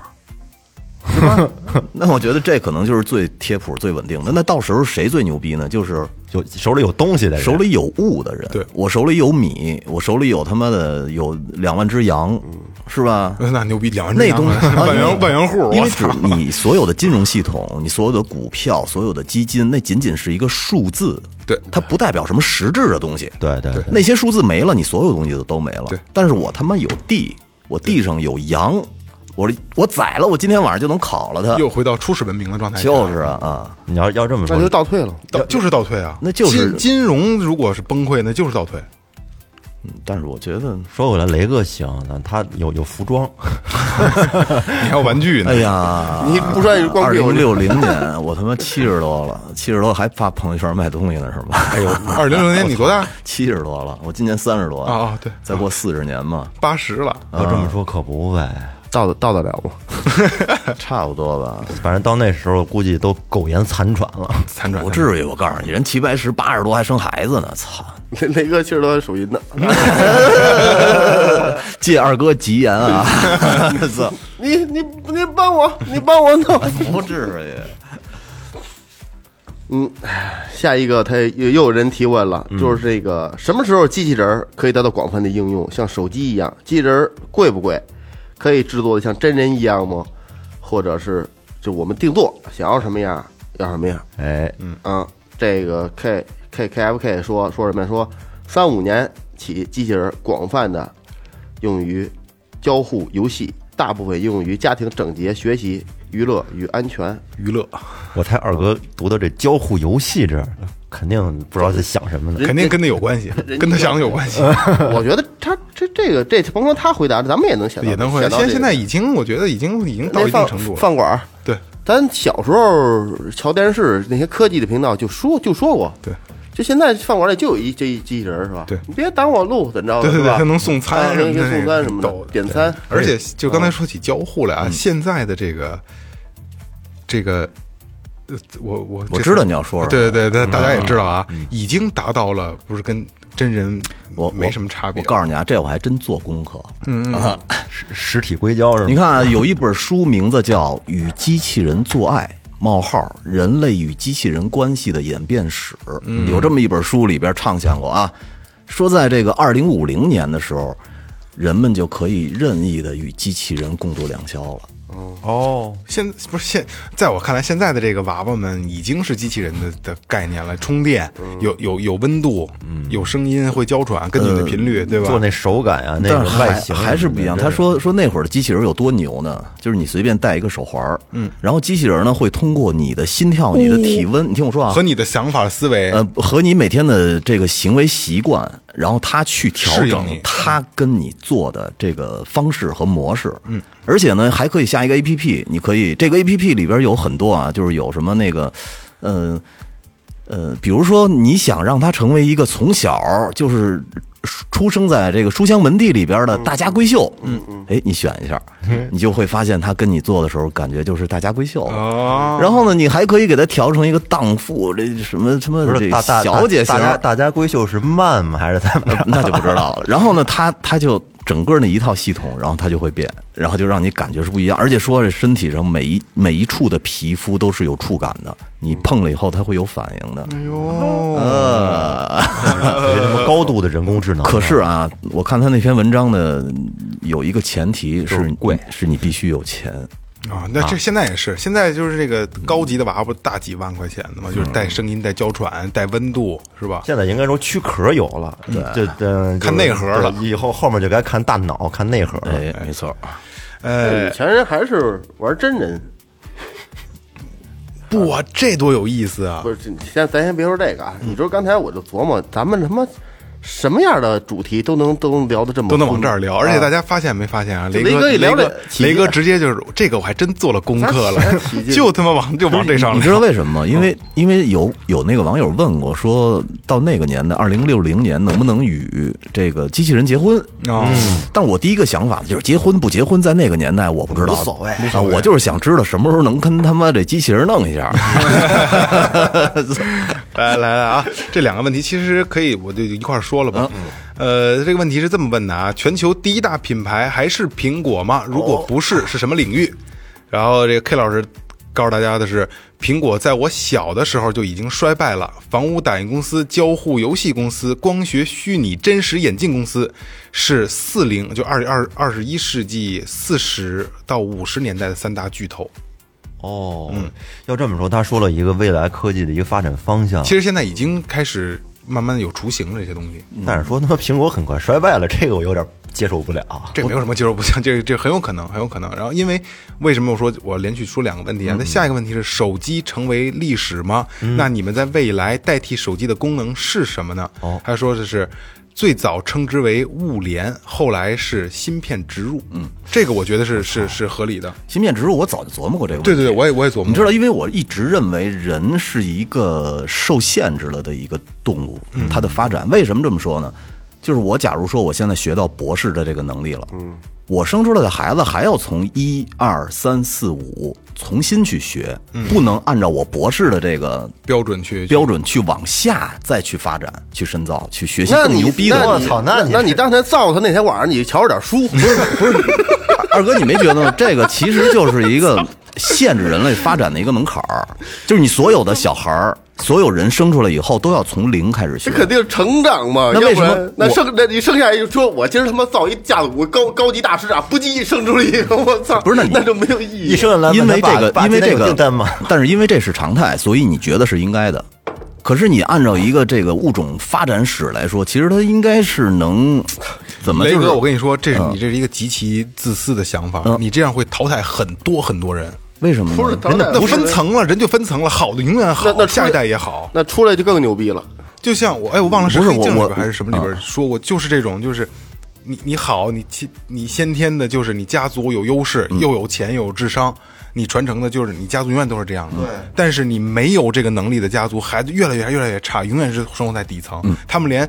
[SPEAKER 5] 对吧？ 那我觉得这可能就是最贴谱、最稳定的。那到时候谁最牛逼呢？就是
[SPEAKER 1] 有手里有东西的人，
[SPEAKER 5] 手里有物的人。
[SPEAKER 3] 对
[SPEAKER 5] 我手里有米，我手里有他妈的有两万只羊，是吧？
[SPEAKER 3] 那牛逼，两万只嗯啊
[SPEAKER 5] 那
[SPEAKER 3] 羊
[SPEAKER 5] 东 西
[SPEAKER 3] 啊万元
[SPEAKER 5] 啊
[SPEAKER 3] 万元户，
[SPEAKER 5] 因
[SPEAKER 3] 我
[SPEAKER 5] 为只
[SPEAKER 3] 操！
[SPEAKER 5] 你所有的金融系统，你所有的股票、所有的基金，那仅仅是一个数字，
[SPEAKER 3] 对
[SPEAKER 5] 它不代表什么实质的东西。
[SPEAKER 1] 对对对，
[SPEAKER 5] 那些数字没了，你所有东西都都没了。
[SPEAKER 3] 对
[SPEAKER 5] 但是我他妈有地，我地上有羊，我我宰了，我今天晚上就能烤了它。
[SPEAKER 3] 又回到初始文明的状态，
[SPEAKER 5] 就是啊啊，
[SPEAKER 1] 你要要这么
[SPEAKER 4] 那就
[SPEAKER 1] 说，
[SPEAKER 4] 倒退了。
[SPEAKER 3] 倒就是倒退啊，
[SPEAKER 5] 那就是
[SPEAKER 3] 金金融如果是崩溃，那就是倒退。
[SPEAKER 5] 但是我觉得，
[SPEAKER 1] 说回来，雷哥行，他有有服装，
[SPEAKER 3] 你还有玩具呢
[SPEAKER 5] 哎，呀，
[SPEAKER 4] 你不说你光
[SPEAKER 5] 二
[SPEAKER 4] 屁股
[SPEAKER 5] 零六零年，我他妈七十多了，七十多还发朋友圈卖东西呢是吧？
[SPEAKER 3] 哎呦，二零零年你多大？
[SPEAKER 5] 七十多了，我今年三十多
[SPEAKER 3] 啊啊对
[SPEAKER 5] 再过四十年嘛，
[SPEAKER 3] 八十了，
[SPEAKER 1] 要这么说可不呗。
[SPEAKER 4] 到得到得了吗？
[SPEAKER 3] 哦
[SPEAKER 5] 差不 多吧。
[SPEAKER 1] 反正到那时候估计都苟延残喘了。
[SPEAKER 3] 残喘
[SPEAKER 5] 不。至于，我告诉你，人齐白石八十多还生孩子呢，操！
[SPEAKER 4] 雷雷哥其实都是属于那，
[SPEAKER 5] 借二哥吉言啊， 操！
[SPEAKER 4] 你你你帮我，你帮我弄。
[SPEAKER 5] 不至于，
[SPEAKER 4] 下一个，他又又有人提问了，
[SPEAKER 3] 嗯
[SPEAKER 4] 就是这个什么时候机器人儿可以得到广泛的应用，像手机一样？机器人儿贵不贵？可以制作的像真人一样吗？或者是就我们定做，想要什么样要什么样？
[SPEAKER 1] 哎，
[SPEAKER 3] 嗯
[SPEAKER 4] 啊，这个 K K K F K 说说什么呀？说三五年起，机器人儿广泛的用于交互游戏，大部分应用于家庭整洁、学习、娱乐与安全。
[SPEAKER 3] 娱乐
[SPEAKER 1] 我猜二哥读到这交互游戏这儿，肯定不知道在想什么呢。
[SPEAKER 3] 肯定跟他有关系，跟他想的有关系，
[SPEAKER 5] 呃
[SPEAKER 4] 我觉得他这这个这甭说他回答，咱们也能想到，
[SPEAKER 3] 也能会。
[SPEAKER 4] 想到这
[SPEAKER 3] 现
[SPEAKER 4] 个
[SPEAKER 3] 现在已经，我觉得已经已经到
[SPEAKER 4] 那
[SPEAKER 3] 一定
[SPEAKER 4] 饭
[SPEAKER 3] 程度了。
[SPEAKER 4] 饭馆儿，
[SPEAKER 3] 对，
[SPEAKER 4] 咱小时候瞧电视那些科技的频道就说就说过，
[SPEAKER 3] 对，
[SPEAKER 4] 就现在饭馆里就有一这一机器人儿是吧？
[SPEAKER 3] 对
[SPEAKER 4] 你别挡我路，怎么着的？
[SPEAKER 3] 对对
[SPEAKER 4] 是
[SPEAKER 3] 对，
[SPEAKER 4] 吧
[SPEAKER 3] 他能送餐
[SPEAKER 4] 啊
[SPEAKER 3] 什么
[SPEAKER 4] 能给
[SPEAKER 3] 的，
[SPEAKER 4] 送餐什么
[SPEAKER 3] 逗
[SPEAKER 4] 的，点餐。
[SPEAKER 3] 而且就刚才
[SPEAKER 5] 嗯
[SPEAKER 3] 说起交互来啊，现在的这个这个，呃我我
[SPEAKER 5] 我
[SPEAKER 3] 这
[SPEAKER 5] 知道你要说什么嗯
[SPEAKER 3] 对对对，大家也知道啊，已经达到了不是跟真人
[SPEAKER 5] 我我
[SPEAKER 3] 没什么差别。
[SPEAKER 5] 我告诉你啊，这我还真做功课。
[SPEAKER 1] 实实体硅胶是
[SPEAKER 5] 你
[SPEAKER 1] 吗？
[SPEAKER 5] 看啊，有一本书名字叫《与机器人做爱：冒号人类与机器人关系的演变史》，
[SPEAKER 1] 嗯
[SPEAKER 5] 有这么一本书里边畅想过啊，说在这个二零五零年的时候，人们就可以任意的与机器人共度两宵了。
[SPEAKER 1] 哦，
[SPEAKER 3] 现不是现，在我看来，现在的这个娃娃们已经是机器人的的概念了，充电
[SPEAKER 5] 嗯
[SPEAKER 3] 有有有温度，有声音，会娇喘，根据你
[SPEAKER 5] 呃
[SPEAKER 3] 的频率，对吧？
[SPEAKER 1] 做那手感啊，那
[SPEAKER 5] 但
[SPEAKER 1] 个
[SPEAKER 5] 是
[SPEAKER 1] 外
[SPEAKER 5] 还
[SPEAKER 1] 形
[SPEAKER 5] 还是不一样。
[SPEAKER 1] 真
[SPEAKER 5] 他说说那会儿的机器人有多牛呢？就是你随便戴一个手环，嗯，然后机器人呢会通过你的心跳、你的体温，你听我说啊，
[SPEAKER 3] 和你的想法思维，
[SPEAKER 5] 呃，和你每天的这个行为习惯，然后他去调
[SPEAKER 3] 适应
[SPEAKER 5] 整
[SPEAKER 3] 你
[SPEAKER 5] 他跟你做的这个方式和模式。嗯，而且呢，还可以下一个 A P P，你可以这个 A P P 里边有很多啊，就是有什么那个，呃呃，比如说你想让他成为一个从小就是。出生在这个书香门第里边的大家闺秀，嗯嗯，哎，你选 一下，你就会发现他跟你做的时候，感觉就是大家闺秀了
[SPEAKER 3] 哦
[SPEAKER 5] 然后呢，你还可以给他调成一个荡妇，这什么什么
[SPEAKER 1] 不
[SPEAKER 5] 这
[SPEAKER 1] 是大大
[SPEAKER 5] 小姐型
[SPEAKER 1] 大，家大家闺秀是慢吗？还是怎 么着？
[SPEAKER 5] 那就不知道 了。然后呢，他他就整个那一套系统，然后他就会变，然后就让你感觉是不一样，而且说这身体上每一每一处的皮肤都是有触感的，你
[SPEAKER 1] 嗯
[SPEAKER 5] 碰了以后它会有反应的。
[SPEAKER 3] 哎呦，
[SPEAKER 5] 呃，
[SPEAKER 1] 这什么高度的人工智能？
[SPEAKER 5] 可是啊，我看他那篇文章呢，有一个前提是贵，是你必须有钱。
[SPEAKER 3] 啊，那这现在也是，现在就是这个高级的娃娃大几万块钱的嘛，就是带声音、带娇喘、带温度，是吧？
[SPEAKER 1] 现在应该说躯壳有了，对，这
[SPEAKER 3] 看内核了
[SPEAKER 1] 以后后面就该看大脑、看内核了。
[SPEAKER 5] 哎，没错，
[SPEAKER 4] 呃以
[SPEAKER 3] 哎，
[SPEAKER 4] 前人还是玩真人，
[SPEAKER 3] 不啊，这多有意思啊
[SPEAKER 4] 不！是？这先咱先别说这个啊，你说刚才我就琢磨，咱们他妈什么样的主题都能都能聊得这么啊
[SPEAKER 3] 都能
[SPEAKER 4] 丰
[SPEAKER 3] 往这儿聊，而且大家发现没发现啊？雷
[SPEAKER 4] 雷
[SPEAKER 3] 哥，
[SPEAKER 4] 哥一聊
[SPEAKER 3] 雷哥
[SPEAKER 4] 这起劲
[SPEAKER 3] 雷哥直接就是这个，我还真做了功课
[SPEAKER 4] 咱
[SPEAKER 3] 了
[SPEAKER 4] 起咱起，劲
[SPEAKER 3] 就他妈往就往这上
[SPEAKER 5] 你知
[SPEAKER 3] 聊。
[SPEAKER 5] 道为什么吗？因为因为有有那个网友问过，说到那个年代，二零六零年能不能与这个机器人结婚？嗯
[SPEAKER 3] 哦
[SPEAKER 5] 但我第一个想法就是结婚不结婚，在那个年代我不知道，无所谓啊，我就是想知道什么时候能跟他妈这机器人弄一下。
[SPEAKER 3] 来来来啊，这两个问题其实可以，我就一块儿说了吧。呃，这个问题是这么问的啊：全球第一大品牌还是苹果吗？如果不是，是什么领域？然后这个 K 老师告诉大家的是，苹果在我小的时候就已经衰败了，房屋打印公司、交互游戏公司、光学虚拟真实眼镜公司，是四零就二二二十一世纪四十到五十年代的三大巨头。
[SPEAKER 1] 哦，要这么说，他说了一个未来科技的一个发展方向。
[SPEAKER 3] 其实现在已经开始慢慢有雏形了，这些东西。
[SPEAKER 1] 但是说他妈苹果很快衰败了，这个我有点接受不了。
[SPEAKER 3] 这没有什么接受不像，这这很有可能，很有可能。然后，因为为什么我说我连续说两个问题啊？
[SPEAKER 5] 嗯
[SPEAKER 3] 那下一个问题是手机成为历史吗？那你们在未来代替手机的功能是什么呢？哦，他说的是最早称之为物联，后来是芯片植入。嗯，这个我觉得是是是合理的。
[SPEAKER 5] 芯片植哦入我早就琢磨过这个问题。
[SPEAKER 3] 对对对，我也我也琢磨。
[SPEAKER 5] 你知道，因为我一直认为人是一个受限制了的一个动物，
[SPEAKER 4] 嗯
[SPEAKER 5] 它的发展为什么这么说呢？就是我假如说我现在学到博士的这个能力了，嗯，我生出来的孩子还要从一二三四五重新去学，
[SPEAKER 4] 嗯
[SPEAKER 5] 不能按照我博士的这个
[SPEAKER 3] 标准去
[SPEAKER 5] 标准去往下再去发展、去深造、去学习
[SPEAKER 4] 那
[SPEAKER 5] 更
[SPEAKER 4] 你
[SPEAKER 5] 牛逼的。
[SPEAKER 4] 那
[SPEAKER 1] 我
[SPEAKER 4] 你
[SPEAKER 1] 操那
[SPEAKER 4] 那
[SPEAKER 1] 你
[SPEAKER 4] 你当天造他那天晚上，你瞧着点书，不是不是，
[SPEAKER 5] 二哥，你没觉得吗？这个其实就是一个限制人类发展的一个门槛儿，就是你所有的小孩儿，所有人生出来以后都要从零开始学
[SPEAKER 4] 这。 肯定成长嘛。
[SPEAKER 5] 那
[SPEAKER 4] 要
[SPEAKER 5] 为
[SPEAKER 4] 不
[SPEAKER 5] 什么
[SPEAKER 4] 然那
[SPEAKER 5] 我
[SPEAKER 4] 剩那你剩下一个说，我今儿他妈造一架子鼓高高级大师啊，不叽生出了一个， 我操，
[SPEAKER 5] 不是那你
[SPEAKER 4] 那就没有意义
[SPEAKER 1] 一。生下来
[SPEAKER 5] 因为
[SPEAKER 1] 问他
[SPEAKER 5] 这个
[SPEAKER 1] 爸，爸
[SPEAKER 5] 因为
[SPEAKER 1] 今天有
[SPEAKER 5] 这个
[SPEAKER 1] 订单吗？，
[SPEAKER 5] 但是因为这是常态，所以你觉得是应该的。可是你按照一个这个物种发展史来说，其实它应该是能怎么
[SPEAKER 3] 雷
[SPEAKER 5] 就是嗯
[SPEAKER 3] 哥，我跟你说，这是你这是一个极其自私的想法，你这样会淘汰很多很多人。
[SPEAKER 5] 为什么
[SPEAKER 4] 不是
[SPEAKER 5] 呢？
[SPEAKER 4] 淘汰
[SPEAKER 3] 那分层了，人就分层了，好的永远好
[SPEAKER 4] 那，那出
[SPEAKER 3] 下一代也好。
[SPEAKER 4] 那出来就更牛逼了。
[SPEAKER 3] 就像我，哎，我忘了是
[SPEAKER 5] 不
[SPEAKER 3] 黑
[SPEAKER 5] 是
[SPEAKER 3] 镜里
[SPEAKER 5] 我啊
[SPEAKER 3] 边
[SPEAKER 5] 我
[SPEAKER 3] 还是什么里边说过，就是这种，就是你你好，你先你先天的就是你家族有优势，
[SPEAKER 5] 嗯
[SPEAKER 3] 又有钱又有智商，你传承的就是你家族永远都是这样的。对，
[SPEAKER 5] 嗯
[SPEAKER 3] 但是你没有这个能力的家族，孩子越来越越来越差，永远是生活在底层，
[SPEAKER 5] 嗯
[SPEAKER 3] 他们连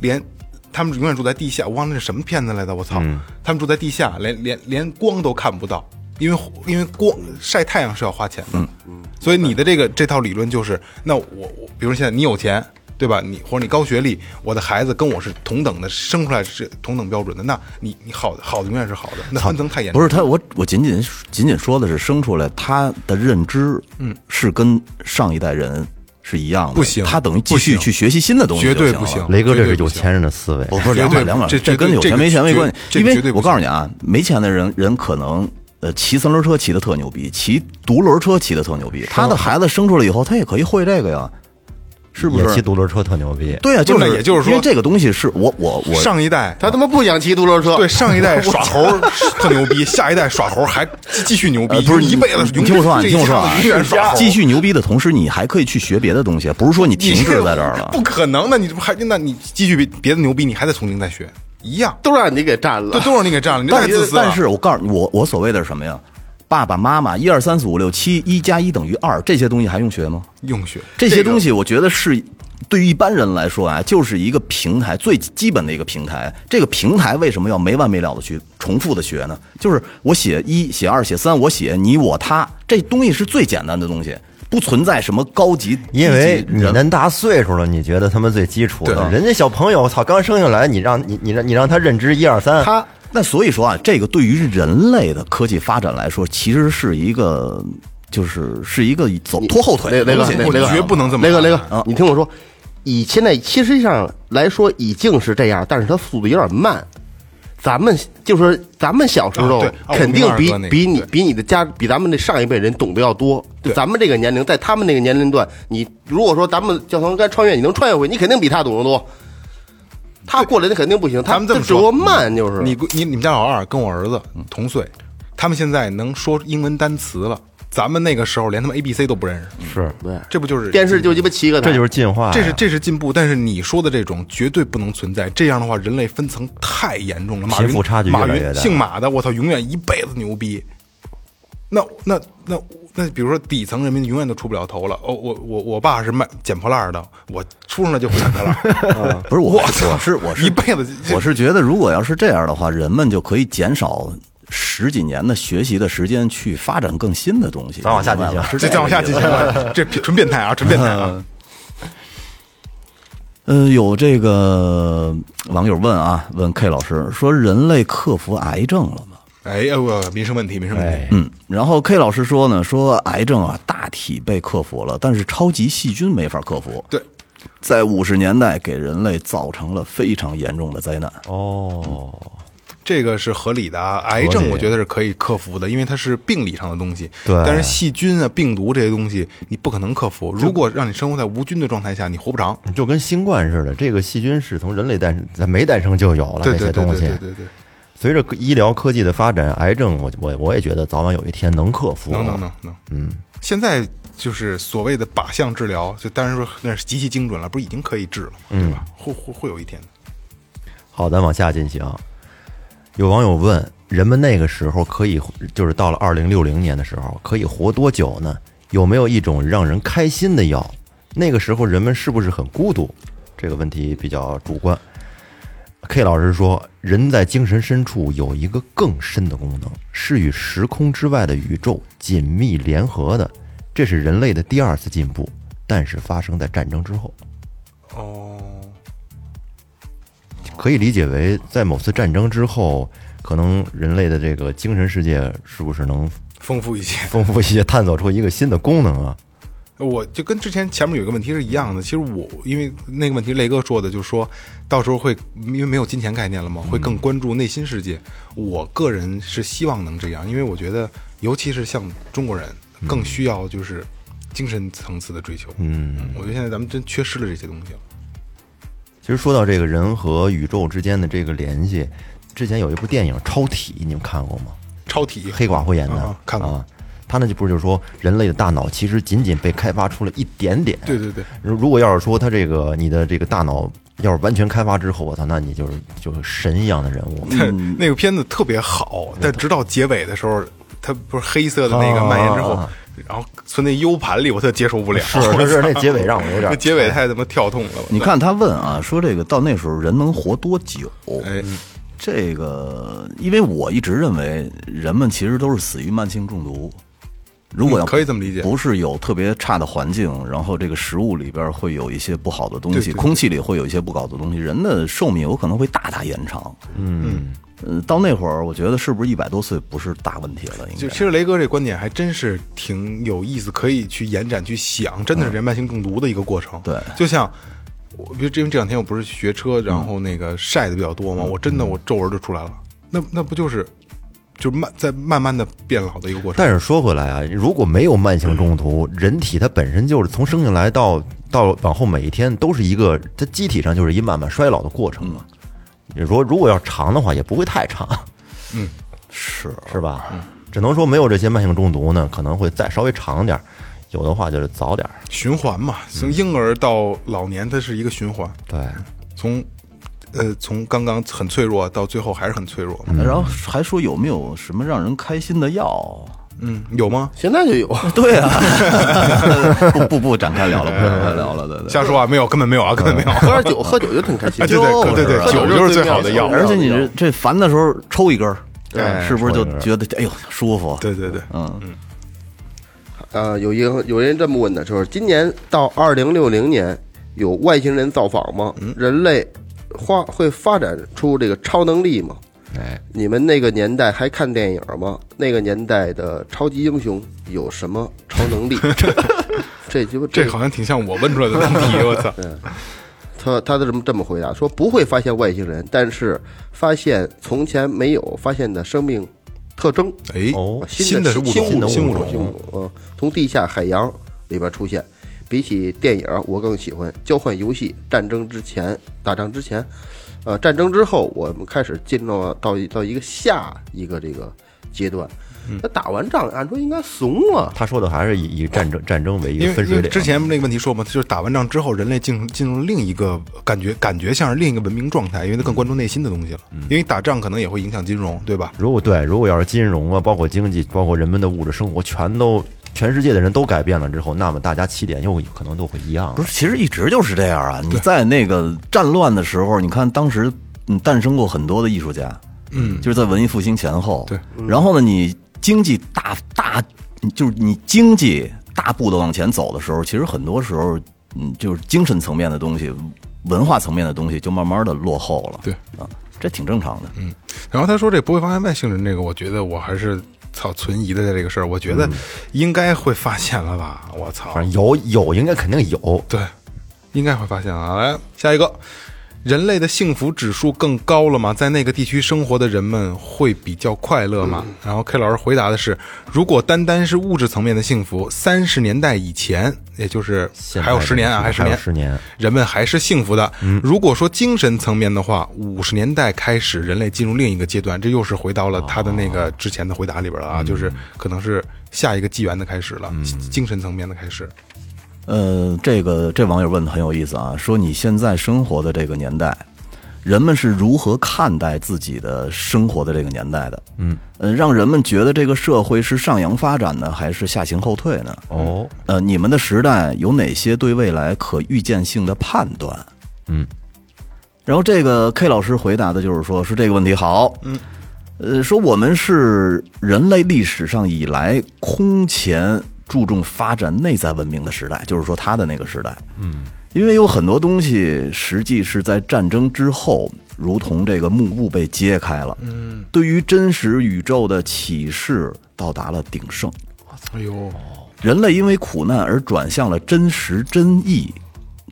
[SPEAKER 3] 连。他们永远住在地下，我忘了是什么片子来的，我操！
[SPEAKER 5] 嗯
[SPEAKER 3] 他们住在地下，连连连光都看不到，因为因为光晒太阳是要花钱的。
[SPEAKER 5] 嗯
[SPEAKER 3] 所以你的这个这套理论就是，那我我，比如现在你有钱，对吧？你或者你高学历，我的孩子跟我是同等的，生出来是同等标准的，那你你好的好的永远是好的，那分层太严
[SPEAKER 5] 不
[SPEAKER 3] 重。
[SPEAKER 5] 是他，我我仅仅仅仅说的是生出来他的认知，嗯，是跟上一代人是一样的，
[SPEAKER 3] 不行
[SPEAKER 5] 他等于继
[SPEAKER 3] 不
[SPEAKER 5] 续
[SPEAKER 3] 行
[SPEAKER 5] 去学习新的东西就
[SPEAKER 3] 绝
[SPEAKER 5] 行了，
[SPEAKER 3] 对不行
[SPEAKER 1] 雷哥，这是
[SPEAKER 3] 绝对不
[SPEAKER 1] 有
[SPEAKER 3] 行
[SPEAKER 1] 钱人的思维。
[SPEAKER 5] 我不
[SPEAKER 3] 绝
[SPEAKER 5] 是两
[SPEAKER 3] 对
[SPEAKER 5] 百两百，
[SPEAKER 3] 这这
[SPEAKER 5] 跟
[SPEAKER 3] 这
[SPEAKER 5] 有
[SPEAKER 3] 这
[SPEAKER 5] 钱
[SPEAKER 3] 个
[SPEAKER 5] 没钱没
[SPEAKER 3] 绝
[SPEAKER 5] 关系。
[SPEAKER 3] 这
[SPEAKER 5] 因
[SPEAKER 3] 个
[SPEAKER 5] 为
[SPEAKER 3] 绝对不
[SPEAKER 5] 我告诉你啊，没钱的人人可能呃骑三轮车骑的特牛逼，骑独轮车骑的特牛逼，他的孩子生出来以后，他也可以会这个呀，是不
[SPEAKER 1] 也骑
[SPEAKER 5] 是？
[SPEAKER 1] 独轮车特牛逼，
[SPEAKER 5] 对呀、啊就
[SPEAKER 3] 不是
[SPEAKER 5] 是
[SPEAKER 3] 也就是说
[SPEAKER 5] 因为这个东西是我我我
[SPEAKER 3] 上一 代
[SPEAKER 4] 他他妈不想骑独轮车，
[SPEAKER 3] 对上一代耍猴儿特牛逼，下一代耍猴儿还继继续牛
[SPEAKER 5] 呃
[SPEAKER 3] 逼，
[SPEAKER 5] 不是
[SPEAKER 3] 一
[SPEAKER 5] 你
[SPEAKER 3] 辈子
[SPEAKER 5] 你听我说啊，
[SPEAKER 3] 这
[SPEAKER 5] 你
[SPEAKER 3] 一
[SPEAKER 5] 听我说
[SPEAKER 3] 下
[SPEAKER 5] 啊
[SPEAKER 3] 子永远耍，猴儿
[SPEAKER 5] 继。续牛逼的同时，你还可以去学别的东西，不是说你停
[SPEAKER 3] 你
[SPEAKER 5] 滞在这儿了。
[SPEAKER 3] 不可能的，你这不还那你继续别别的牛逼，你还在从零再学，一样，
[SPEAKER 4] 都让你给占了
[SPEAKER 3] 都。都让你给占了，你太
[SPEAKER 5] 但
[SPEAKER 3] 自
[SPEAKER 5] 是
[SPEAKER 3] 私了。啊
[SPEAKER 5] 但是我告诉你，我我所谓的是什么呀？爸爸妈妈一二三四五六七，一加一等于二，这些东西还用学吗？
[SPEAKER 3] 用学
[SPEAKER 5] 这些东西，我觉得是对于一般人来说啊，就是一个平台最基本的一个平台。这个平台为什么要没完没了的去重复的学呢？就是我写一、写二、写三，我写你、我、他，这东西是最简单的东西，不存在什么高级。
[SPEAKER 1] 因为
[SPEAKER 5] 低级
[SPEAKER 1] 你
[SPEAKER 5] 人
[SPEAKER 1] 那大岁数了，你觉得他们最基础的，
[SPEAKER 3] 对
[SPEAKER 1] 人家小朋友，我操，刚生下来，你让你你让你让他认知一二 三，
[SPEAKER 5] 他那所以说啊，这个对于人类的科技发展来说，其实是一个就是是一个走拖后腿
[SPEAKER 4] 雷
[SPEAKER 5] 的
[SPEAKER 4] 雷
[SPEAKER 5] 东
[SPEAKER 4] 哥
[SPEAKER 5] 西，，
[SPEAKER 4] 雷哥
[SPEAKER 3] 绝不能这么啊
[SPEAKER 4] 雷哥，雷
[SPEAKER 3] 干
[SPEAKER 4] 哥，你听我说，以现在其实上来说已经是这样，但是它速度有点慢。咱们就说咱们小时
[SPEAKER 3] 啊
[SPEAKER 4] 候
[SPEAKER 3] 对啊
[SPEAKER 4] 肯定
[SPEAKER 3] 我明
[SPEAKER 4] 比
[SPEAKER 3] 白二哥那个
[SPEAKER 4] 比你
[SPEAKER 3] 对
[SPEAKER 4] 比你的家比咱们那上一辈人懂得要多
[SPEAKER 3] 对。
[SPEAKER 4] 咱们这个年龄，在他们那个年龄段，你如果说咱们教堂该穿越，你能穿越回，你肯定比他懂得多。他过来的肯定不行，他
[SPEAKER 3] 咱们这么
[SPEAKER 4] 只
[SPEAKER 3] 说
[SPEAKER 4] 不过慢就是
[SPEAKER 3] 你闺你你们家老二跟我儿子同岁，他们现在能说英文单词了，咱们那个时候连他们 A B C 都不认识，
[SPEAKER 1] 是，
[SPEAKER 4] 对
[SPEAKER 3] 这不就是
[SPEAKER 4] 电视就鸡巴七个台，
[SPEAKER 1] 这就是进哎化呀，
[SPEAKER 3] 这是这是进步，但是你说的这种绝对不能存在，这样的话人类分层太严重了。马
[SPEAKER 1] 贫
[SPEAKER 3] 云
[SPEAKER 1] 富差距越
[SPEAKER 3] 马
[SPEAKER 1] 来越
[SPEAKER 3] 云
[SPEAKER 1] 大
[SPEAKER 3] 姓马的，我操，永远一辈子牛逼。那那那那，比如说底层人民永远都出不了头了。哦，我我我爸是卖捡破烂儿的，我出生来就 捡破烂儿，
[SPEAKER 5] 不是我，
[SPEAKER 3] 我
[SPEAKER 5] 我是我是
[SPEAKER 3] 一辈子
[SPEAKER 5] 我是觉得，如果要是这样的话，人们就可以减少十几年的学习的时间，去发展更新的东西。
[SPEAKER 1] 咱往下进行
[SPEAKER 5] 明白吧是
[SPEAKER 3] 这
[SPEAKER 5] 这
[SPEAKER 3] 再往下
[SPEAKER 5] 进
[SPEAKER 3] 几
[SPEAKER 5] 行
[SPEAKER 3] 千。万，这纯变态啊，纯变态啊！
[SPEAKER 5] 嗯，有这个网友问啊，问 K 老师说，人类克服癌症了吗？
[SPEAKER 3] 哎呀，我民生问题，民生问题，
[SPEAKER 1] 哎，
[SPEAKER 5] 嗯，然后 K 老师说呢，说癌症啊大体被克服了，但是超级细菌没法克服，
[SPEAKER 3] 对，
[SPEAKER 5] 在五十年代给人类造成了非常严重的灾难。
[SPEAKER 1] 哦，
[SPEAKER 3] 这个是合理的啊。癌症我觉得是可以克服的，因为它是病理上的东西。
[SPEAKER 1] 对
[SPEAKER 3] 但是细菌啊、病毒这些东西，你不可能克服。如果让你生活在无菌的状态下，你活不长。
[SPEAKER 1] 就跟新冠似的，这个细菌是从人类诞生，没诞生就有了
[SPEAKER 3] 对
[SPEAKER 1] 这
[SPEAKER 3] 对
[SPEAKER 1] 些
[SPEAKER 3] 对
[SPEAKER 1] 东
[SPEAKER 3] 对
[SPEAKER 1] 西
[SPEAKER 3] 对。对对，
[SPEAKER 1] 随着医疗科技的发展，癌症我我我也觉得早晚有一天能克服。
[SPEAKER 3] 能能能能，嗯。现在就是所谓的靶向治疗，就当然说那是极其精准了，不是已经可以治了吗？对吧？会会会有一天的。
[SPEAKER 1] 好，咱往下进行。有网友问：人们那个时候可以，就是到了二零六零年的时候，可以活多久呢？有没有一种让人开心的药？那个时候人们是不是很孤独？这个问题比较主观。K 老师说，人在精神深处有一个更深的功能，是与时空之外的宇宙紧密联合的，这是人类的第二次进步，但是发生在战争之后。
[SPEAKER 3] 哦，
[SPEAKER 1] 可以理解为，在某次战争之后，可能人类的这个精神世界是不是能
[SPEAKER 3] 丰富一些。
[SPEAKER 1] 丰富一些，探索出一个新的功能啊？
[SPEAKER 3] 我就跟之前前面有一个问题是一样的，其实我因为那个问题雷哥说的，就是说到时候会因为没有金钱概念了嘛，
[SPEAKER 1] 嗯
[SPEAKER 3] 会更关注内心世界。我个人是希望能这样，因为我觉得，尤其是像中国人，
[SPEAKER 1] 嗯
[SPEAKER 3] 更需要就是精神层次的追求。嗯，我觉得现在咱们真缺失了这些东西了。
[SPEAKER 1] 其实说到这个人和宇宙之间的这个联系，之前有一部电影《超体》，你们看过吗？
[SPEAKER 3] 超体
[SPEAKER 1] 黑寡妇演的，
[SPEAKER 3] 啊看过
[SPEAKER 1] 啊。他呢就不是就说人类的大脑其实仅仅被开发出了一点点，
[SPEAKER 3] 对对对，
[SPEAKER 1] 如如果要是说他这个你的这个大脑要是完全开发之后，我操，那你就是就是神一样的人 物。
[SPEAKER 3] 那个片子特别好，但直到结尾的时候，它不是黑色的那个蔓延之后，
[SPEAKER 1] 啊
[SPEAKER 3] 然后存在 U 盘里，我特接受不了。
[SPEAKER 1] 是是是，那结尾让我 有点
[SPEAKER 3] 那结尾太他妈跳痛了。
[SPEAKER 5] 你看他问啊，说这个到那时候人能活多久？
[SPEAKER 3] 哎，
[SPEAKER 5] 这个，因为我一直认为人们其实都是死于慢性中毒。如果要、
[SPEAKER 3] 嗯可以这么理解
[SPEAKER 5] 不是有特别差的环境，然后这个食物里边会有一些不好的东西，
[SPEAKER 3] 对对对
[SPEAKER 5] 空气里会有一些不好的东西，人的寿命有可能会大大延长。嗯，呃，到那会儿，我觉得是不是一百多岁不是大问题了？应
[SPEAKER 3] 就
[SPEAKER 5] 该
[SPEAKER 3] 其实雷哥这观点还真是挺有意思，可以去延展去想，真的是人慢性中毒的一个过程。
[SPEAKER 5] 对
[SPEAKER 3] 就像我，比如因为这两天我不是学车，然后那个晒的比较多嘛，我真的我皱纹就出来了。那那不就是就慢在慢慢的变老的一个过程？
[SPEAKER 1] 但是说回来啊，如果没有慢性中毒，人体它本身就是从生下来到到往后每一天都是一个，它机体上就是一慢慢衰老的过程嘛。
[SPEAKER 3] 嗯
[SPEAKER 1] 你说如果要长的话，也不会太长，
[SPEAKER 3] 啊
[SPEAKER 5] 是
[SPEAKER 1] 是吧？
[SPEAKER 3] 嗯
[SPEAKER 1] 只能说没有这些慢性中毒呢，可能会再稍微长点儿，有的话就是早点儿。
[SPEAKER 3] 循环嘛，从婴儿到老年，它是一个循环，
[SPEAKER 1] 对，
[SPEAKER 3] 从呃从刚刚很脆弱到最后还是很脆弱。
[SPEAKER 5] 然后还说有没有什么让人开心的药？
[SPEAKER 3] 嗯，有吗？
[SPEAKER 4] 现在就 有，
[SPEAKER 5] 对啊， 不不不，展开聊了，不展开聊了，对对。
[SPEAKER 3] 瞎说啊，没有，根本没有啊，根 本没有。
[SPEAKER 4] 喝点酒，喝酒就挺开心
[SPEAKER 3] 啊，
[SPEAKER 4] 的。
[SPEAKER 3] 对对对对对，
[SPEAKER 4] 喝
[SPEAKER 3] 酒就是最好的药
[SPEAKER 4] 妙。
[SPEAKER 5] 而且你这这烦的时候抽一根儿，
[SPEAKER 3] 哎
[SPEAKER 5] 是不是就觉得哎呦舒服？
[SPEAKER 3] 对对对，
[SPEAKER 5] 嗯，
[SPEAKER 4] 呃，有一个有人这么问的，就是今年到二零六零年有外星人造访吗？
[SPEAKER 3] 嗯
[SPEAKER 4] 人类发会发展出这个超能力吗？
[SPEAKER 1] 哎，
[SPEAKER 4] 你们那个年代还看电影吗？那个年代的超级英雄有什么超能 力？这鸡巴
[SPEAKER 3] 这好像挺像我问出来的问题，我操！
[SPEAKER 4] 他他这么这么回答说不会发现外星人，但是发现从前没有发现的生命特征，
[SPEAKER 3] 哎
[SPEAKER 1] 哦，
[SPEAKER 4] 啊新
[SPEAKER 3] 的
[SPEAKER 4] 是
[SPEAKER 3] 物
[SPEAKER 4] 新
[SPEAKER 3] 种，新
[SPEAKER 4] 物
[SPEAKER 3] 物种，
[SPEAKER 4] 新物种，嗯，从地下海洋里边出现。比起电影，我更喜欢交换游戏。战争之前，打仗之前，呃，战争之后，我们开始进入了到一到一个下一个这个阶段。
[SPEAKER 3] 嗯
[SPEAKER 4] 那打完仗，按说应该怂了，
[SPEAKER 1] 他说的还是以以战争战争为一
[SPEAKER 3] 因
[SPEAKER 1] 个
[SPEAKER 3] 为
[SPEAKER 1] 分
[SPEAKER 3] 因
[SPEAKER 1] 水
[SPEAKER 3] 为
[SPEAKER 1] 岭。
[SPEAKER 3] 之前那个问题说嘛，就是打完仗之后，人类进入进入另一个感觉，感觉像是另一个文明状态，因为他更关注内心的东西了。因为打仗可能也会影响金融，对吧？
[SPEAKER 1] 如果对，如果要是金融啊，包括经济，包括人们的物质生活，全都全世界的人都改变了之后，那么大家起点又可能都会一样了。
[SPEAKER 5] 不是，其实一直就是这样啊。你在那个战乱的时候，你看当时嗯诞生过很多的艺术家，嗯，就是在文艺复兴前后，
[SPEAKER 3] 对。
[SPEAKER 5] 然后呢，你经济大大就是你经济大步的往前走的时候，其实很多时候嗯就是精神层面的东西。文化层面的东西就慢慢的落后了，
[SPEAKER 3] 对
[SPEAKER 5] 啊，这挺正常的。
[SPEAKER 3] 然后他说这不会妨碍外星人这个，我觉得我还是操存疑的在这个事儿，我觉得应该会发现了吧，我操，
[SPEAKER 1] 反正有有，应该肯定有。
[SPEAKER 3] 对，应该会发现啊。来，下一个，人类的幸福指数更高了吗？在那个地区生活的人们会比较快乐吗？
[SPEAKER 1] 嗯
[SPEAKER 3] 然后 K 老师回答的是，如果单单是物质层面的幸福，三十年代以前，也就是
[SPEAKER 1] 现在
[SPEAKER 3] 还有十年啊，
[SPEAKER 1] 还
[SPEAKER 3] 还
[SPEAKER 1] 有
[SPEAKER 3] 十年，
[SPEAKER 1] 10年，嗯
[SPEAKER 3] 人们还是幸福的。如果说精神层面的话，五十年代开始，人类进入另一个阶段，这又是回到了
[SPEAKER 1] 哦
[SPEAKER 3] 他的那个之前的回答里边了啊，
[SPEAKER 1] 嗯
[SPEAKER 3] 就是可能是下一个纪元的开始了，精神层面的开始。
[SPEAKER 5] 呃，这个这网友问的很有意思啊，说你现在生活的这个年代，人们是如何看待自己的生活的这个年代的？嗯，呃，让人们觉得这个社会是上扬发展呢，还是下行后退呢？
[SPEAKER 3] 嗯
[SPEAKER 1] 哦，
[SPEAKER 5] 呃，你们的时代有哪些对未来可预见性的判断？嗯，然后这个 K 老师回答的就是说，说这个问题好，嗯，呃，说我们是人类历史上以来空前注重发展内在文明的时代，就是说他的那个时代，嗯，因为有很多东西实际是在战争之后。如同这个幕布被揭开了，嗯，对于真实宇宙的启示到达了鼎盛，
[SPEAKER 3] 哎呦，
[SPEAKER 1] 哦
[SPEAKER 5] 人类因为苦难而转向了真实真意，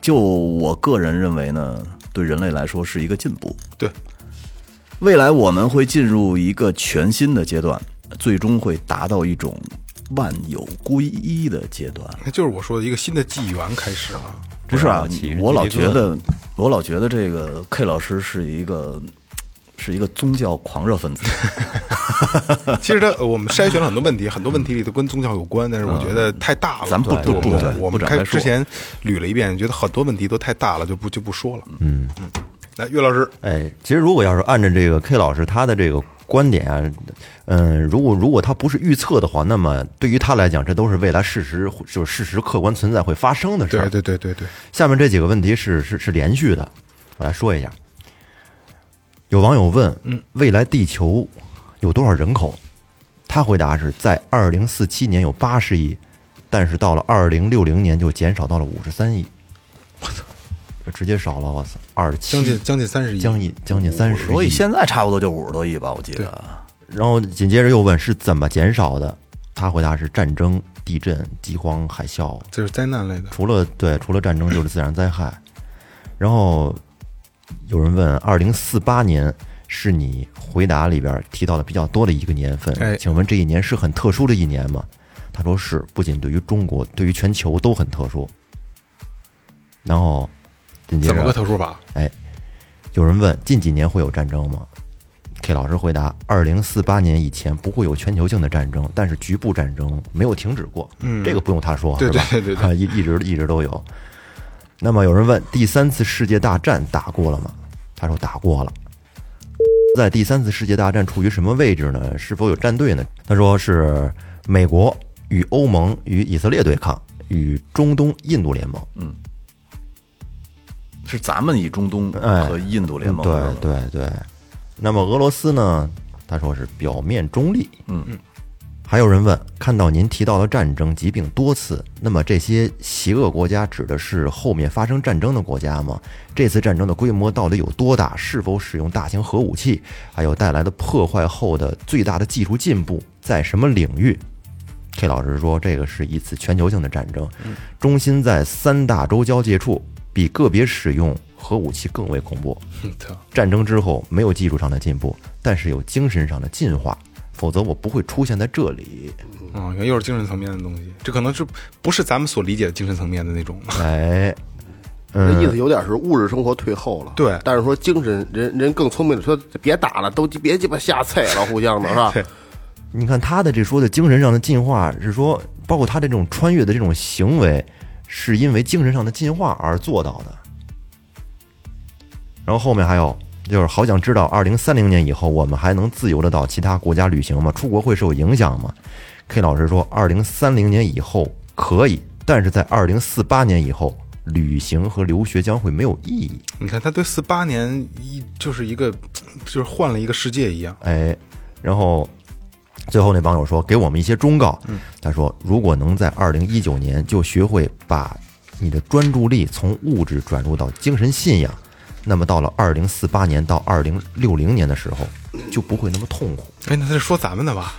[SPEAKER 5] 就我个人认为呢，对人类来说是一个进步。
[SPEAKER 3] 对，
[SPEAKER 5] 未来我们会进入一个全新的阶段，最终会达到一种万有归一的阶段。
[SPEAKER 3] 那就是我说的一个新的纪元开始了。
[SPEAKER 5] 不是啊，
[SPEAKER 1] 其
[SPEAKER 5] 你
[SPEAKER 1] 实
[SPEAKER 5] 我老
[SPEAKER 1] 这
[SPEAKER 5] 觉
[SPEAKER 1] 个
[SPEAKER 5] 得，我老觉得这个 K 老师是一个是一个宗教狂 热分子。
[SPEAKER 3] 其实他呃我们筛选了很多问题，很多问题里都跟宗教有关，但是我觉得太大了。
[SPEAKER 5] 嗯咱不
[SPEAKER 3] 对
[SPEAKER 5] 不不
[SPEAKER 3] 我
[SPEAKER 5] 对
[SPEAKER 3] 们我
[SPEAKER 5] 不
[SPEAKER 3] 们
[SPEAKER 5] 展
[SPEAKER 3] 开
[SPEAKER 5] 开说
[SPEAKER 3] 之前捋了一遍，觉得很多问题都太大了，就不就不说了。嗯嗯，来，岳老师，
[SPEAKER 1] 哎，其实如果要是按照这个 K 老师他的这个观点啊，嗯，如果如果他不是预测的话，那么对于他来讲，这都是未来事实，就是事实客观存在会发生的事儿。
[SPEAKER 3] 对对对对对，
[SPEAKER 1] 下面这几个问题是是是连续的，我来说一下。有网友问：
[SPEAKER 3] 嗯
[SPEAKER 1] 未来地球有多少人口？他回答是在二零四七年有八十亿，但是到了二零六零年就减少到了五十三亿。我操，直接少了！我操，二十
[SPEAKER 3] 将近
[SPEAKER 1] 七，
[SPEAKER 3] 将近三十亿，
[SPEAKER 1] 将近将近三十亿。
[SPEAKER 5] 所以现在差不多就五十多亿吧，我记
[SPEAKER 3] 对
[SPEAKER 5] 得。
[SPEAKER 1] 然后紧接着又问是怎么减少的？他回答是战争、地震、饥荒、海啸，
[SPEAKER 3] 这是灾难类的。
[SPEAKER 1] 除了对，除了战争就是自然灾害。然后有人问，二零四八年是你回答里边提到的比较多的一个年份，
[SPEAKER 3] 哎
[SPEAKER 1] 请问这一年是很特殊的一年吗？他说是，不仅对于中国，对于全球都很特殊。然后紧接
[SPEAKER 3] 怎么个
[SPEAKER 1] 着
[SPEAKER 3] 特殊法？
[SPEAKER 1] 有人问，近几年会有战争吗？K 老师回答：二零四八年以前不会有全球性的战争，但是局部战争没有停止过。
[SPEAKER 3] 嗯
[SPEAKER 1] 这个不用他说，
[SPEAKER 3] 对
[SPEAKER 1] 是吧
[SPEAKER 3] 对 对对对
[SPEAKER 1] 啊，一一直一直都有。那么有人问，第三次世界大战打过了吗？他说打过了。在第三次世界大战处于什么位置呢？是否有战队呢？他说是美国与欧盟与以色列对抗，与中东印度联盟。
[SPEAKER 5] 是咱们以中东
[SPEAKER 1] 哎
[SPEAKER 5] 和印度联盟、
[SPEAKER 1] 嗯对对对，那么俄罗斯呢？他说是表面中立。
[SPEAKER 5] 嗯
[SPEAKER 1] 嗯。还有人问，看到您提到了战争、疾病多次，那么这些邪恶国家指的是后面发生战争的国家吗？这次战争的规模到底有多大？是否使用大型核武器？还有带来的破坏后的最大的技术进步在什么领域？K 老师说，这个是一次全球性的战争，中心在三大洲交界处，比个别使用核武器更为恐怖。
[SPEAKER 3] 嗯操
[SPEAKER 1] 战争之后没有技术上的进步，但是有精神上的进化，否则我不会出现在这里。
[SPEAKER 3] 啊，你看又是精神层面的东西，这可能是不是咱们所理解的精神层面的那种？
[SPEAKER 1] 哎，
[SPEAKER 4] 那意思有点是物质生活退后了，
[SPEAKER 3] 嗯对
[SPEAKER 4] 但是说精神人人更聪明了，说别打了，都别鸡巴瞎菜了，互相 的是吧？
[SPEAKER 1] 你看他的这说的精神上的进化，是说包括他这种穿越的这种行为，是因为精神上的进化而做到的。然后后面还有就是，好想知道二零三零年以后，我们还能自由的到其他国家旅行吗？出国会受影响吗？K 老师说，二零三零年以后可以，但是在二零四八年以后，旅行和留学将会没有意义。
[SPEAKER 3] 你看他对四八年一就是一个就是换了一个世界一样。
[SPEAKER 1] 哎，然后最后那网友说给我们一些忠告，
[SPEAKER 3] 嗯
[SPEAKER 1] 他说如果能在二零一九年就学会把你的专注力从物质转入到精神信仰，那么到了二零四八年到二零六零年的时候，就不会那么痛苦。
[SPEAKER 3] 哎，那他是说咱们的 吧？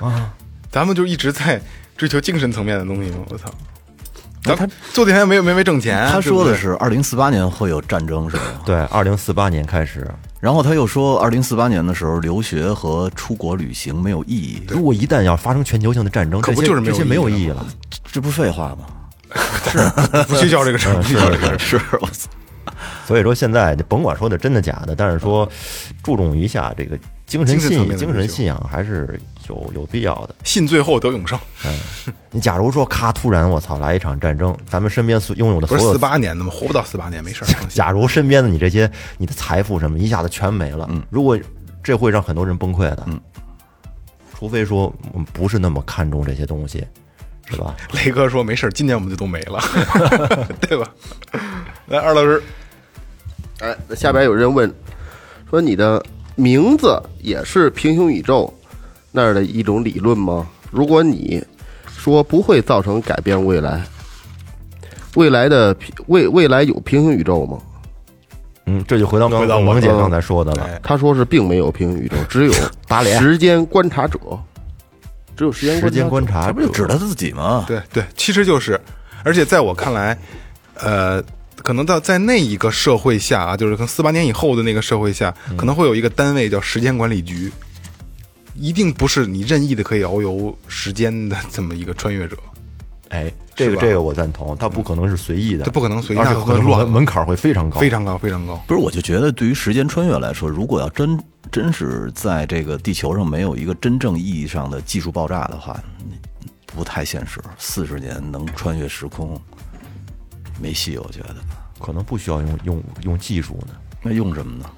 [SPEAKER 3] 啊，咱们就一直在追求精神层面的东西吗？我操！咱们做电台没有没没挣钱，啊
[SPEAKER 5] 他说
[SPEAKER 3] 对不对
[SPEAKER 5] 的是二零四八年会有战争，是 吧？
[SPEAKER 1] 对，二零四八年开始，
[SPEAKER 5] 然后他又说，二零四八年的时候，留学和出国旅行没有意义，
[SPEAKER 1] 如果一旦要发生全球性的战争，
[SPEAKER 3] 可不
[SPEAKER 1] 这些
[SPEAKER 3] 就是没有
[SPEAKER 1] 这些没
[SPEAKER 3] 意
[SPEAKER 1] 意
[SPEAKER 3] 义
[SPEAKER 1] 义了？
[SPEAKER 5] 这不废话吗？
[SPEAKER 3] 不 去较这个事儿，不去较这个事儿。
[SPEAKER 5] 是，我操，
[SPEAKER 1] 所以说现在甭管说的真的假的，但是说注重一下这个精神
[SPEAKER 3] 精神层
[SPEAKER 1] 信
[SPEAKER 3] 面的
[SPEAKER 1] 精
[SPEAKER 3] 追
[SPEAKER 1] 神
[SPEAKER 3] 求
[SPEAKER 1] 信仰还是有有必要的。
[SPEAKER 3] 信最后得永生，
[SPEAKER 1] 你假如说咔突然我操来一场战争，咱们身边所拥有的
[SPEAKER 3] 不
[SPEAKER 1] 所
[SPEAKER 3] 是
[SPEAKER 1] 有
[SPEAKER 3] 四八年的吗？活不到四八年，没事儿。放心
[SPEAKER 1] 假如身边的你这些你的财富什么一下子全没了，
[SPEAKER 3] 嗯
[SPEAKER 1] 如果这会让很多人崩溃的，嗯，除非说我们不是那么看重这些东西，是吧？
[SPEAKER 3] 雷哥说没事儿，今年我们就都没 了， 对吧？来，二老师，
[SPEAKER 4] 哎，那下边有人问说你的名字也是平行宇宙那儿的一种理论吗？如果你说不会造成改变未来，未来的平未未来有平行宇宙吗？
[SPEAKER 1] 嗯，这就回到
[SPEAKER 3] 回
[SPEAKER 1] 刚
[SPEAKER 3] 到我
[SPEAKER 1] 萌姐
[SPEAKER 4] 嗯
[SPEAKER 1] 刚才说的了，
[SPEAKER 3] 哎，
[SPEAKER 4] 他说是并没有平 行宇宙，只有
[SPEAKER 1] 打脸
[SPEAKER 4] 时间观察者，只有时
[SPEAKER 3] 哎
[SPEAKER 4] 间
[SPEAKER 1] 时间观察
[SPEAKER 5] 他不就指
[SPEAKER 1] 者
[SPEAKER 5] 他自己吗？
[SPEAKER 3] 对对，其实就是，而且在我看来，呃，可能到在那一个社会下啊，就是可能四八年以后的那个社会下，可能会有一个单位叫时间管理局，一定不是你任意的可以遨游时间的这么一个穿越者，
[SPEAKER 1] 哎，这
[SPEAKER 3] 是
[SPEAKER 1] 个
[SPEAKER 3] 吧
[SPEAKER 1] 这个我赞同，它不可能是随意的，
[SPEAKER 3] 这不可能随意
[SPEAKER 1] 而且
[SPEAKER 3] 那
[SPEAKER 1] 可能
[SPEAKER 3] 会乱
[SPEAKER 1] 门门槛会非常高，
[SPEAKER 3] 非常高，非常高。
[SPEAKER 5] 不是，我就觉得对于时间穿越来说，如果要真真是在这个地球上没有一个真正意义上的技术爆炸的话，你不太现实。四十年能穿越时空，没戏，我觉得。
[SPEAKER 1] 可能不需要用用用技术呢，
[SPEAKER 5] 那用什么呢？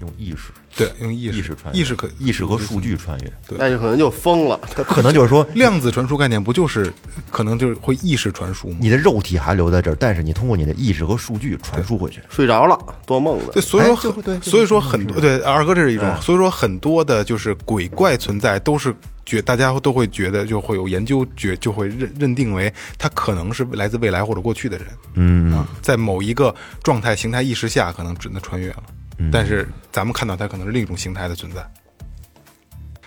[SPEAKER 1] 用意识。
[SPEAKER 3] 对，用意识
[SPEAKER 1] 意识穿越
[SPEAKER 3] 意识可
[SPEAKER 1] 意识和数据穿越，
[SPEAKER 4] 那哎就可能就疯了。
[SPEAKER 1] 它可能就是说，
[SPEAKER 3] 量子传输概念不就是可能就是会意识传输吗？
[SPEAKER 1] 你的肉体还留在这儿，但是你通过你的意识和数据传输回去。
[SPEAKER 4] 睡着了，做梦了
[SPEAKER 3] 哎对，。所以说很，所以说很多对二哥这是一嗯种，所以说很多的就是鬼怪存在都是觉大家都会觉得就会有研究觉就会认认定为他可能是来自未来或者过去的人，嗯啊，在某一个状态形态意识下可能只能穿越了，但是咱们看到它可能是另一种形态的存在。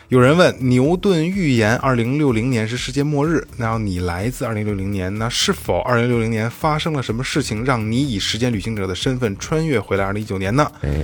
[SPEAKER 3] 有人问牛顿预言二零六零年是世界末日，然后你来自二零六零年，那是否二零六零年发生了什么事情让你以时间旅行者的身份穿越回来二零一九年呢？
[SPEAKER 1] 哎，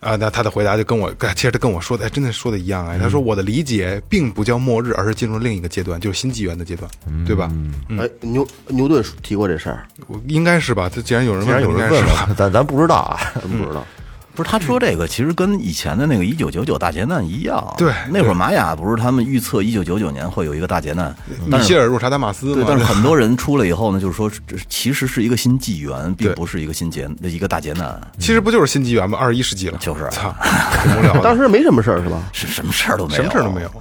[SPEAKER 3] 啊，那他的回答就跟我，其实他跟我说的，哎，真的说的一样哎。他说我的理解并不叫末日，而是进入另一个阶段，就是新纪元的阶段，对吧？
[SPEAKER 1] 嗯
[SPEAKER 4] 哎，牛牛顿提过这事儿，
[SPEAKER 3] 我应该是吧？这既然有人
[SPEAKER 1] 既然有
[SPEAKER 3] 问，应该
[SPEAKER 1] 人
[SPEAKER 3] 是
[SPEAKER 1] 问
[SPEAKER 3] 吧？
[SPEAKER 1] 了，咱咱不知道 啊。
[SPEAKER 4] 真不知道。
[SPEAKER 5] 不是他说这个，其实跟以前的那个一九九九大劫难一样。
[SPEAKER 3] 对
[SPEAKER 5] 那会儿玛雅不是他们预测一九九九年会有一个大劫难，
[SPEAKER 3] 米
[SPEAKER 5] 但是
[SPEAKER 3] 歇尔·若查达马斯
[SPEAKER 5] 嗯对
[SPEAKER 3] 嘛，，
[SPEAKER 5] 但是很多人出来以后呢，就是说这其实是一个新纪元，并
[SPEAKER 3] 对
[SPEAKER 5] 不是一个新劫一个大劫难，
[SPEAKER 3] 其实不就是新纪元吗？二十一世纪了，
[SPEAKER 5] 就是
[SPEAKER 3] 操，挺无聊的。
[SPEAKER 4] 当时没什么事儿是吧？
[SPEAKER 5] 是什么事儿都没有，啊
[SPEAKER 3] 什么事儿都没有。。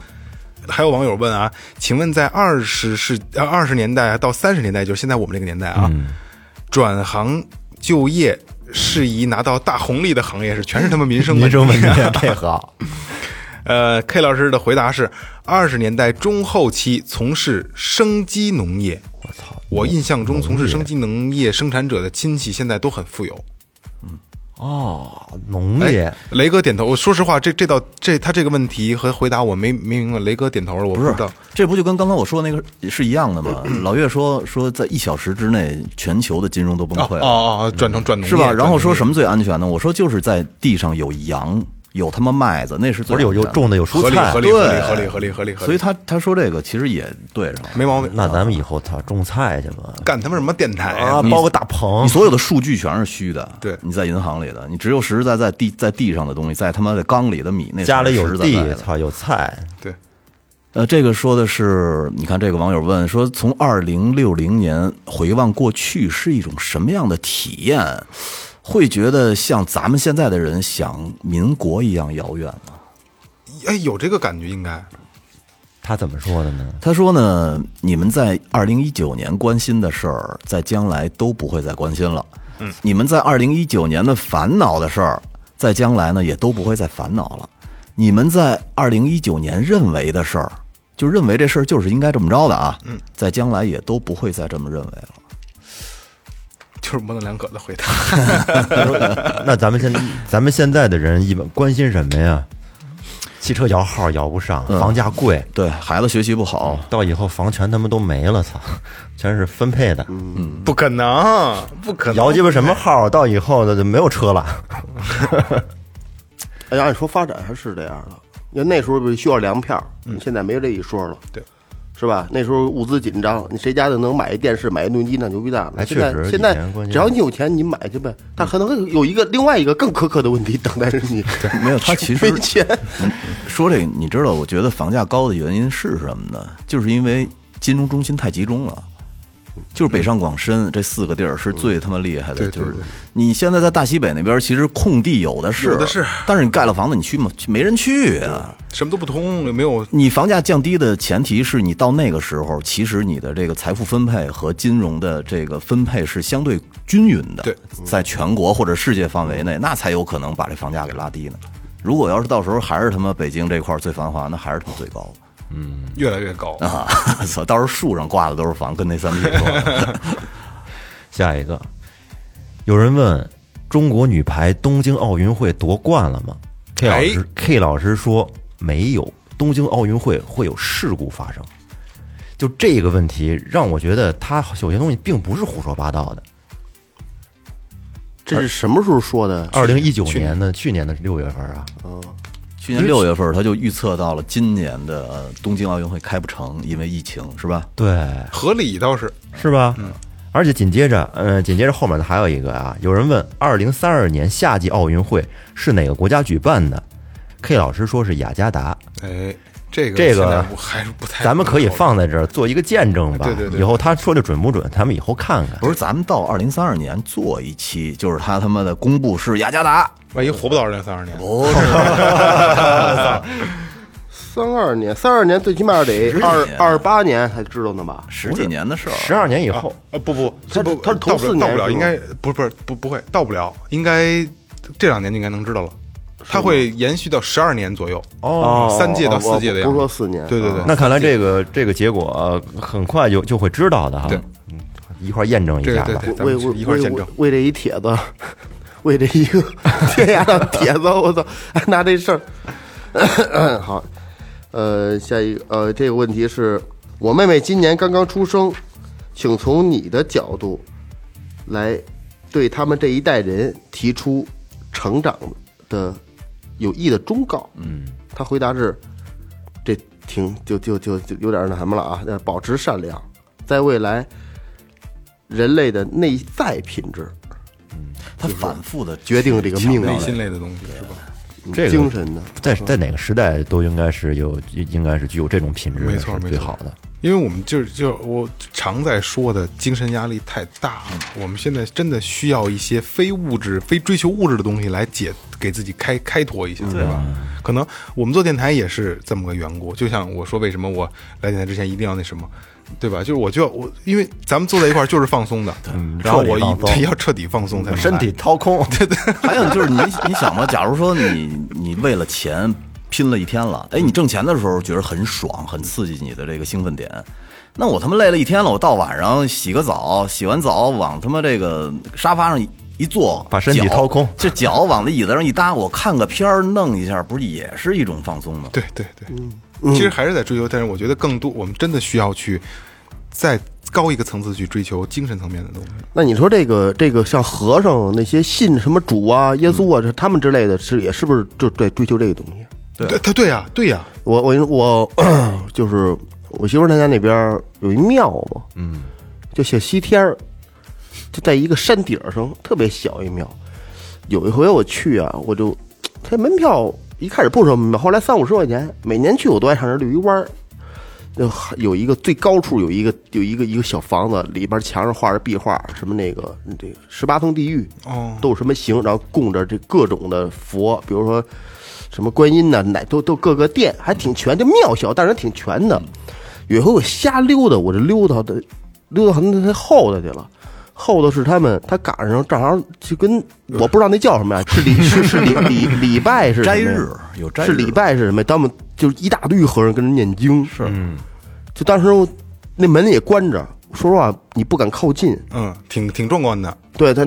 [SPEAKER 3] 还有网友问啊，请问在二十世呃二十年代到三十年代，就是现在我们这个年代啊，转行就业适宜拿到大红利的行业是全是他妈 民生
[SPEAKER 1] 民生
[SPEAKER 3] 问
[SPEAKER 1] 问题
[SPEAKER 3] 题啊。
[SPEAKER 1] 这 好，
[SPEAKER 3] 呃，K 老师的回答是：二十年代中后期从事生机农业。我操！我印象中从事生机农业生产者的亲戚现在都很富有。
[SPEAKER 1] 哦农业
[SPEAKER 3] 哎，雷哥点头。我说实话，这这道这他这个问题和回答我没没明白。雷哥点头了，我
[SPEAKER 5] 不嗯
[SPEAKER 3] 不
[SPEAKER 5] 是
[SPEAKER 3] 知道。，
[SPEAKER 5] 这不就跟刚刚我说的那个是一样的吗？老岳说说，在一小时之内，全球的金融都崩
[SPEAKER 3] 哦
[SPEAKER 5] 溃了，
[SPEAKER 3] 哦哦，转成转农业
[SPEAKER 5] 是吧？然后说什
[SPEAKER 3] 么？
[SPEAKER 5] 么最安全呢？我说就是在地上有羊，有他妈麦子，那是最
[SPEAKER 1] 不是有有
[SPEAKER 5] 安全的
[SPEAKER 1] 种的有蔬
[SPEAKER 3] 合理
[SPEAKER 1] 菜
[SPEAKER 3] 合，理合理
[SPEAKER 5] 对
[SPEAKER 3] 合理合理合理合理，
[SPEAKER 5] 所以他他说这个其实也对上了。
[SPEAKER 3] 没毛病。
[SPEAKER 1] 那咱们以后操种菜去吧，
[SPEAKER 3] 干他妈什么电台
[SPEAKER 1] 啊，包个大棚
[SPEAKER 5] 你，所有的数据全是虚的，
[SPEAKER 3] 对
[SPEAKER 5] 你在银行里的，你只有实实在在地在地上的东西，在他妈的缸里的米，那才是
[SPEAKER 1] 家里
[SPEAKER 5] 实
[SPEAKER 1] 有
[SPEAKER 5] 实在在
[SPEAKER 1] 地，
[SPEAKER 5] 的
[SPEAKER 1] 操有菜，
[SPEAKER 3] 对，
[SPEAKER 5] 呃，这个说的是，你看这个网友问说，从二零六零年回望过去是一种什么样的体验？会觉得像咱们现在的人想民国一样遥远吗？
[SPEAKER 3] 哎，有这个感觉应该
[SPEAKER 1] 他怎么说的呢？
[SPEAKER 5] 他说呢，你们在二零一九年关心的事儿，在将来都不会再关心了。嗯，你们在二零一九年的烦恼的事儿，在将来呢也都不会再烦恼了。你们在二零一九年认为的事儿，就认为这事儿就是应该这么着的啊。嗯，在将来也都不会再这么认为了。
[SPEAKER 3] 就就是模棱两可的回答。
[SPEAKER 1] 那咱们现咱们现在的人一般关心什么呀？汽车摇号摇不上，
[SPEAKER 3] 嗯
[SPEAKER 1] 房价贵，
[SPEAKER 5] 对孩子学习不好，
[SPEAKER 1] 到以后房全他妈都没了，操，全是分配的。
[SPEAKER 3] 不可能，不可能。
[SPEAKER 1] 摇鸡巴什么号？到以后那就没有车了。
[SPEAKER 4] 哎呀，按说发展还是这样的，因为那时候不是需要粮票，现在没这一说了，
[SPEAKER 3] 对，
[SPEAKER 4] 是吧？那时候物资紧张，你谁家就能买一电视、买一录音机，那牛逼大
[SPEAKER 1] 哎
[SPEAKER 4] 了。现在
[SPEAKER 1] 确实
[SPEAKER 4] 现
[SPEAKER 1] 以
[SPEAKER 4] 在
[SPEAKER 1] 前关键
[SPEAKER 4] 只要你有钱，你买去呗。但可能有一个另外一个更苛刻的问题等待着你，
[SPEAKER 5] 没有他其实
[SPEAKER 4] 没钱。
[SPEAKER 5] 说这个，你知道，我觉得房价高的原因是什么呢？就是因为金融中心太集中了。就是北上广深这四个地儿是最他妈厉害的，
[SPEAKER 3] 对对
[SPEAKER 5] 就是
[SPEAKER 3] 对
[SPEAKER 5] 你现在在大西北那边，其实空地有的是，
[SPEAKER 3] 有的是
[SPEAKER 5] 但是你盖了房子，你去吗？去没人去啊。
[SPEAKER 3] 什么都不通，也没有
[SPEAKER 5] 你房价降低的前提是你到那个时候，其实你的这个财富分配和金融的这个分配是相对均匀的，
[SPEAKER 3] 对，
[SPEAKER 5] 在全国或者世界范围内，那才有可能把这房价给拉低呢。如果要是到时候还是他妈北京这块儿最繁华，那还是他妈最高
[SPEAKER 3] 越来越高。
[SPEAKER 5] 啊！操，到时候树上挂的都是房，跟那三 P 说的，
[SPEAKER 1] 下一个，有人问中国女排东京奥运会夺冠了吗？K 老师、K 老师说没有，东京奥运会会有事故发生。就这个问题，让我觉得他有些东西并不是胡说八道的。
[SPEAKER 4] 这是什么时候说的？
[SPEAKER 1] 二零一九年的去年的六月份啊，
[SPEAKER 5] 去年六月份他就预测到了今年的呃东京奥运会开不成，因为疫情是吧？
[SPEAKER 1] 对，
[SPEAKER 3] 合理倒是，
[SPEAKER 1] 是吧？
[SPEAKER 3] 嗯
[SPEAKER 1] 而且紧接着，呃，紧接着后面的还有一个啊，有人问，二零三二年夏季奥运会是哪个国家举办的？K 老师说是雅加达。
[SPEAKER 3] 哎，这个
[SPEAKER 1] 这个
[SPEAKER 3] 现在我还是不太，
[SPEAKER 1] 咱们可以。放在这儿做一个见证吧。
[SPEAKER 3] 对对对
[SPEAKER 1] 以后他说的准不准，咱们以后看看。
[SPEAKER 5] 不是，咱们到二零三二年做一期，就是他他妈的公布是雅加达，
[SPEAKER 3] 万一活不到二零三二年，
[SPEAKER 5] 不是。
[SPEAKER 4] 三二年，三二年最起码得
[SPEAKER 5] 十几
[SPEAKER 4] 二
[SPEAKER 5] 年
[SPEAKER 4] 二八年才知道呢吧？
[SPEAKER 5] 十几年的事儿，
[SPEAKER 1] 十二年以后，
[SPEAKER 3] 啊不不，
[SPEAKER 4] 他是
[SPEAKER 3] 不
[SPEAKER 4] 他是头
[SPEAKER 3] 到不了
[SPEAKER 4] 四年
[SPEAKER 3] 到不了，
[SPEAKER 4] 是吗
[SPEAKER 3] 应该不是不是不不会到不了，应该这两年就应该能知道了。它会延续到十二年左右，
[SPEAKER 1] 哦
[SPEAKER 3] 三届到四届的样
[SPEAKER 4] 不
[SPEAKER 3] 子。
[SPEAKER 4] 是说四年，哦
[SPEAKER 3] 对对对，
[SPEAKER 1] 那看来这个这个结果呃很快就就会知道的哈。
[SPEAKER 3] 对
[SPEAKER 1] 嗯，一块儿验证一下
[SPEAKER 3] 对对
[SPEAKER 1] 吧
[SPEAKER 3] 对。咱
[SPEAKER 4] 为
[SPEAKER 3] 们去
[SPEAKER 4] 为
[SPEAKER 3] 一块儿
[SPEAKER 4] 为
[SPEAKER 3] 见证
[SPEAKER 4] 为这一帖子， 为这一个天涯的帖子，我操！还拿这事儿， 好，呃，下一个，呃，这个问题是我妹妹今年刚刚出生，请从你的角度来对他们这一代人提出成长的有益的忠告。嗯，他回答是：这挺就就就就有点那什么了啊，要保持善良，在未来人类的内在品质
[SPEAKER 5] 他反复的
[SPEAKER 4] 决定这个命
[SPEAKER 3] 内
[SPEAKER 4] 运嗯
[SPEAKER 3] 心类的东西是吧？
[SPEAKER 1] 这个
[SPEAKER 4] 精神的。
[SPEAKER 1] 在在哪个时代都应该是有，应该是具有这种品质的，
[SPEAKER 3] 没错
[SPEAKER 1] 是
[SPEAKER 3] 没
[SPEAKER 1] 最
[SPEAKER 3] 错
[SPEAKER 1] 好的。
[SPEAKER 3] 因为我们就是就我常在说的，精神压力太大了。我们现在真的需要一些非物质、非追求物质的东西来解给自己开开脱
[SPEAKER 1] 嗯
[SPEAKER 3] 一下，对吧？可能我们做电台也是这么个缘故。就像我说，为什么我来电台之前一定要那什么，对吧？就是我就要我，因为咱们坐在一块儿就是放松的，然后我
[SPEAKER 1] 嗯彻底放松
[SPEAKER 3] 一要彻底放松才能
[SPEAKER 1] 身体掏空， 对对，
[SPEAKER 5] 还有就是你你想吧，假如说你你为了钱拼了一天了，哎，你挣钱的时候觉得很爽，很刺激你的这个兴奋点。那我他妈累了一天了，我到晚上洗个澡，洗完澡往他妈这个沙发上一一坐，
[SPEAKER 1] 把身体
[SPEAKER 5] 脚
[SPEAKER 1] 掏空
[SPEAKER 5] 这脚往那椅子上一搭，我看个片儿弄一下，不是也是一种放松吗？
[SPEAKER 3] 对对对，
[SPEAKER 1] 嗯
[SPEAKER 3] 其实还是在追求，但是我觉得更多，我们真的需要去再高一个层次去追求精神层面的东西。
[SPEAKER 4] 那你说这个这个像和尚那些信什么主啊、耶稣啊，这他们之类的，是也是不是就对追求这个东西？
[SPEAKER 3] 对，他对呀、对呀、
[SPEAKER 4] 我我我 就是我媳妇儿她家那边儿有一庙嘛，嗯，就小西天儿，就在一个山顶儿上，特别小一庙。有一回我去啊，我就它门票一开始不收门票，后来三五十块钱，每年去我都爱上这绿鱼湾儿。就有一个最高处有一个有一个一个小房子，里边墙上画着壁画，什么那个这个十八层地狱，
[SPEAKER 3] 哦，
[SPEAKER 4] 都有什么形，然后供着这各种的佛，比如说什么观音呐、哪都都各个殿还挺全，这庙小，但是挺全的。有一回我瞎溜达，我就溜达的溜达那那后头去了。后头是他们，他赶上正好就跟我不知道那叫什么呀，是礼是是礼礼礼拜是什么
[SPEAKER 5] 斋
[SPEAKER 4] 呀
[SPEAKER 5] 日有斋日
[SPEAKER 4] 是礼拜是什么呀？他们就是一大堆和尚跟人念经，是，就当时我那门也关着，说实话你不敢靠近，
[SPEAKER 3] 嗯，挺挺壮观的，
[SPEAKER 4] 对他，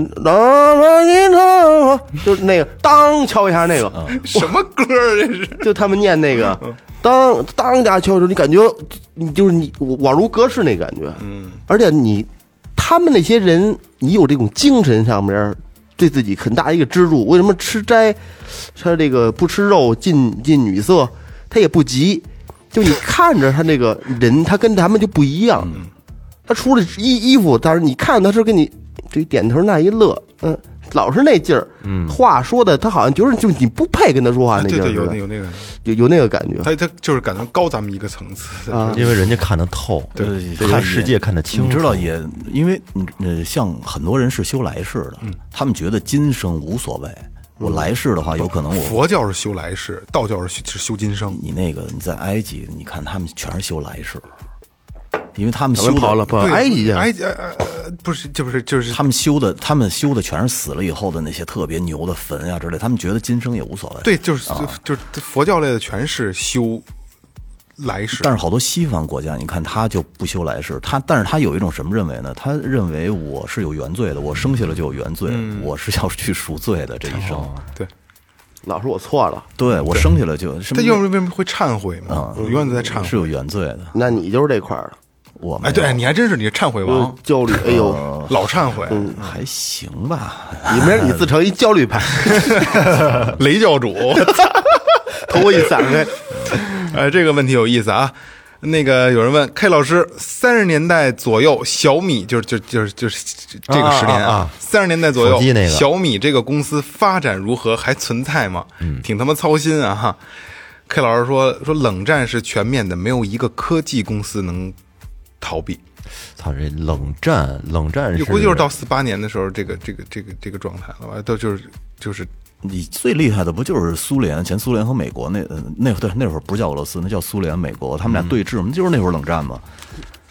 [SPEAKER 4] 就是那个当敲一下那个，
[SPEAKER 3] 什么歌啊这是？
[SPEAKER 4] 就他们念那个
[SPEAKER 3] 嗯
[SPEAKER 4] 当当家敲的时候，你感觉你就是你宛如隔世那感觉，嗯，而且你他们那些人，你有这种精神上面对自己很大一个支柱。为什么吃斋，他这个不吃肉近近女色，他也不急，就你看着他那个人，他跟咱们就不一样。
[SPEAKER 3] 嗯
[SPEAKER 4] 他除了衣衣服，但是你看他是跟你这点头那一乐，嗯，老是那劲儿，嗯，话说的他好像觉得就你不配跟他说话那
[SPEAKER 3] 啊对
[SPEAKER 4] 劲儿
[SPEAKER 3] 对，
[SPEAKER 4] 似
[SPEAKER 3] 有
[SPEAKER 4] 的
[SPEAKER 3] 那，有那个，
[SPEAKER 4] 有有那个感觉。
[SPEAKER 3] 他他就是感觉高咱们一个层次
[SPEAKER 4] 啊
[SPEAKER 1] 因为人家看得透，
[SPEAKER 5] 对
[SPEAKER 1] 看世界看得清楚，
[SPEAKER 5] 呃你知道也，因为你呃，像很多人是修来世的，
[SPEAKER 1] 嗯
[SPEAKER 5] 他们觉得今生无所谓，我来世的话，有可能我
[SPEAKER 3] 佛教是修来世，道教是修是修今生。
[SPEAKER 5] 你那个你在埃及，你看他们全是修来世，因为他们
[SPEAKER 4] 咱
[SPEAKER 5] 修
[SPEAKER 4] 们
[SPEAKER 5] 的
[SPEAKER 4] 跑了，跑
[SPEAKER 3] 对
[SPEAKER 4] 埃及去了，
[SPEAKER 3] 埃及呃呃不是就是就是
[SPEAKER 5] 啊他们修的，他们修的全是死了以后的那些特别牛的坟啊之类，他们觉得今生也无所谓。
[SPEAKER 3] 对，就是
[SPEAKER 5] 啊
[SPEAKER 3] 就是佛教类的全是修来世，
[SPEAKER 5] 但是好多西方国家，你看他就不修来世，他但是他有一种什么认为呢？他认为我是有原罪的，我生下来就有原罪，
[SPEAKER 1] 嗯
[SPEAKER 5] 我是要去赎罪的这一生。
[SPEAKER 1] 哦
[SPEAKER 3] 对。
[SPEAKER 4] 老师我错了，
[SPEAKER 5] 对我生下来就什
[SPEAKER 3] 他
[SPEAKER 5] 么
[SPEAKER 3] 要为什么会忏悔嘛
[SPEAKER 5] 啊？
[SPEAKER 3] 我永远都在忏
[SPEAKER 5] 是
[SPEAKER 3] 悔。
[SPEAKER 5] 有原罪的。
[SPEAKER 4] 那你就是这块儿的，
[SPEAKER 5] 我们
[SPEAKER 3] 哎，对你还真是你是忏悔
[SPEAKER 4] 就是
[SPEAKER 3] 王，
[SPEAKER 4] 焦
[SPEAKER 5] 哦
[SPEAKER 4] 虑，哎呦，
[SPEAKER 5] 嗯
[SPEAKER 3] 老忏悔，
[SPEAKER 5] 还行吧，
[SPEAKER 4] 你明儿你自成一焦虑 派，
[SPEAKER 3] 雷教主。
[SPEAKER 4] 头发一散开，
[SPEAKER 3] 呃，这个问题有意思啊。那个有人问 K 老师，三十年代左右，小米就是就就是就是这个十年
[SPEAKER 1] 啊啊啊
[SPEAKER 3] 三十年代左右
[SPEAKER 1] 手机那个
[SPEAKER 3] 小米这个公司发展如何，还存在吗？
[SPEAKER 1] 嗯
[SPEAKER 3] 挺他妈操心啊哈。K 老师说说冷战是全面的，没有一个科技公司能逃避。
[SPEAKER 1] 操这冷战，冷战是
[SPEAKER 3] 估计就是到四八年的时候，这个这个这个这个状态了吧？都就是就是
[SPEAKER 5] 你最厉害的不就是苏联、前苏联和美国那呃那对那会儿不是叫俄罗斯，那叫苏联、美国，他们俩对峙嘛，就是那会儿冷战嘛。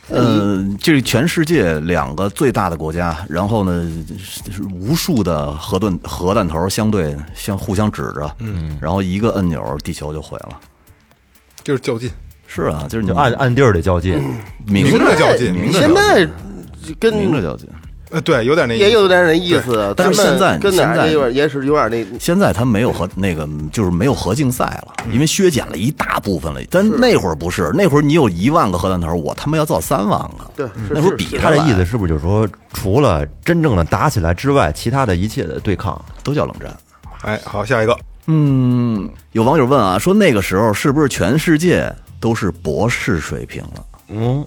[SPEAKER 3] 嗯
[SPEAKER 5] 呃，这全世界两个最大的国家，然后呢，是无数的核弹核弹头相对相互相指着，嗯，然后一个按钮，地球就毁了。
[SPEAKER 3] 就是较劲，
[SPEAKER 5] 是啊，就是你
[SPEAKER 1] 就暗暗地儿得较劲，
[SPEAKER 3] 嗯
[SPEAKER 5] 明
[SPEAKER 3] 明着较劲，
[SPEAKER 5] 明着
[SPEAKER 4] 现在跟
[SPEAKER 5] 明着较劲。
[SPEAKER 3] 呃，对，有点那意思
[SPEAKER 4] 也有点那意思，
[SPEAKER 5] 但是
[SPEAKER 4] 咱们
[SPEAKER 5] 现在
[SPEAKER 4] 跟哪
[SPEAKER 5] 现
[SPEAKER 4] 儿
[SPEAKER 5] 在
[SPEAKER 4] 也有点也是有点那
[SPEAKER 5] 现在他没有核那个就是没有核竞赛了，
[SPEAKER 4] 嗯
[SPEAKER 5] 因为削减了一大部分了。但那会儿不是，那会儿你有一万个核弹头，我他妈要造三万个。
[SPEAKER 4] 对是
[SPEAKER 5] 那会儿
[SPEAKER 4] 是
[SPEAKER 5] 比
[SPEAKER 4] 是
[SPEAKER 5] 着
[SPEAKER 1] 他的
[SPEAKER 5] 来
[SPEAKER 1] 意思是不是就是说，除了真正的打起来之外，其他的一切的对抗，
[SPEAKER 5] 都叫冷战。
[SPEAKER 3] 哎，好，下一个，
[SPEAKER 5] 嗯，有网友问啊，说那个时候是不是全世界都是博士水平了？
[SPEAKER 1] 嗯，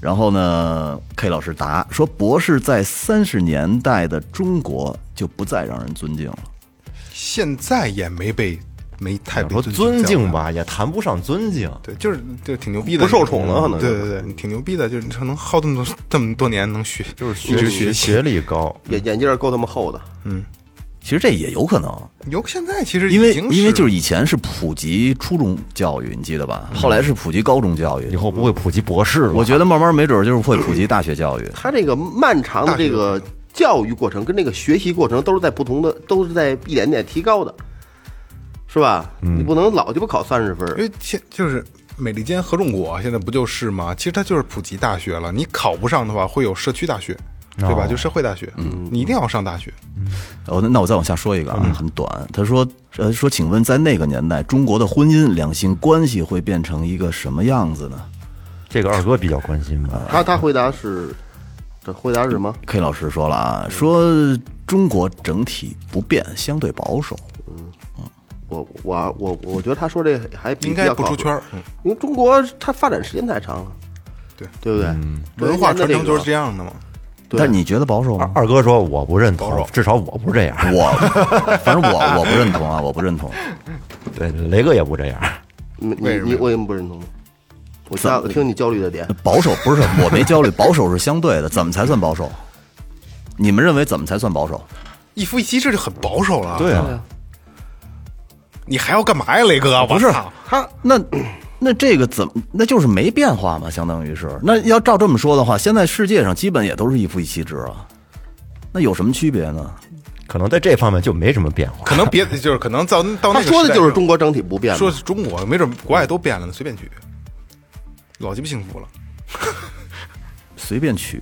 [SPEAKER 5] 然后呢，K 老师答说，博士在三十年代的中国就不再让人尊敬了。
[SPEAKER 3] 现在也没被没太被
[SPEAKER 1] 说尊敬
[SPEAKER 3] 吧。
[SPEAKER 1] 吧，也谈不上尊敬，
[SPEAKER 3] 对，就是就挺牛逼的，
[SPEAKER 4] 不受宠了可能
[SPEAKER 3] 对对对，你挺牛逼的，就是你能耗这么多这么多年，能学，就是一直学习。
[SPEAKER 1] 学历高，
[SPEAKER 4] 眼眼镜儿够他妈厚的，
[SPEAKER 5] 其实这也有可能，
[SPEAKER 3] 有现在其实
[SPEAKER 5] 因为
[SPEAKER 3] 已经
[SPEAKER 5] 因为就是是以前是普及初中教育，你记得吧？后来是普及高中教育
[SPEAKER 1] 以，后不会普及博士了。
[SPEAKER 5] 我觉得慢慢没准儿就是会普及大学教育。
[SPEAKER 4] 他这个漫长的这个教育过程跟这个学习过程都是在不同的，都是在一点点提高的，是吧？
[SPEAKER 5] 嗯
[SPEAKER 4] 你不能老鸡巴考三十分儿
[SPEAKER 3] 因，为现就是美利坚合众国现在不就是吗？其实它就是普及大学了，你考不上的话，会有社区大学，对吧？就社会大学，你一定要上大学。
[SPEAKER 5] 哦，那那我再往下说一个啊，很短。他说，呃，说，请问在那个年代，中国的婚姻两性关系会变成一个什么样子呢
[SPEAKER 1] 这个二哥比较关心吧，
[SPEAKER 4] 他他回答是，这回答是什么？
[SPEAKER 5] ？K 老师说了啊，说中国整体不变，相对保守。
[SPEAKER 4] 我我我我觉得他说这还比
[SPEAKER 3] 应该
[SPEAKER 4] 较
[SPEAKER 3] 不
[SPEAKER 4] 靠
[SPEAKER 3] 出
[SPEAKER 4] 谱
[SPEAKER 3] 圈儿，嗯
[SPEAKER 4] 因为中国它发展时间太长了，
[SPEAKER 3] 对
[SPEAKER 4] 对不对？
[SPEAKER 5] 嗯
[SPEAKER 3] 文化传承就是这
[SPEAKER 4] 样。
[SPEAKER 3] 样的嘛。
[SPEAKER 4] 对
[SPEAKER 5] 但你觉得保守吗？
[SPEAKER 1] 二哥说我不认
[SPEAKER 3] 保
[SPEAKER 1] 同
[SPEAKER 3] 守，
[SPEAKER 1] 至少我不这样，
[SPEAKER 5] 我，反正我我不认同啊，我不认同。
[SPEAKER 1] 对，雷哥也不这样，
[SPEAKER 4] 你
[SPEAKER 3] 为什么
[SPEAKER 4] 你
[SPEAKER 3] 呀
[SPEAKER 4] 你为什么不认同？我焦我听你焦虑的点，
[SPEAKER 5] 保守不是我没焦虑， 保守是相对的，怎么才算保守？你们认为怎么才算保守？
[SPEAKER 3] 一夫一妻制就很保守了，
[SPEAKER 1] 对，啊，
[SPEAKER 3] 你还要干嘛呀，雷哥？
[SPEAKER 5] 不是
[SPEAKER 3] 我操
[SPEAKER 5] 他那那这个怎么那就是没变化嘛？相当于是那要照这么说的话，现在世界上基本也都是一夫一妻制啊，那有什么区别呢？
[SPEAKER 1] 可能在这方面就没什么变化。
[SPEAKER 3] 可能别就是可能到到那
[SPEAKER 4] 他
[SPEAKER 3] 个
[SPEAKER 4] 说
[SPEAKER 3] 时
[SPEAKER 4] 的
[SPEAKER 3] 代
[SPEAKER 4] 就是
[SPEAKER 3] 上
[SPEAKER 4] 中国整体不变嘛。
[SPEAKER 3] 说是中国，没准国外都变了呢，随便取，老鸡巴幸福了。
[SPEAKER 5] 随便取，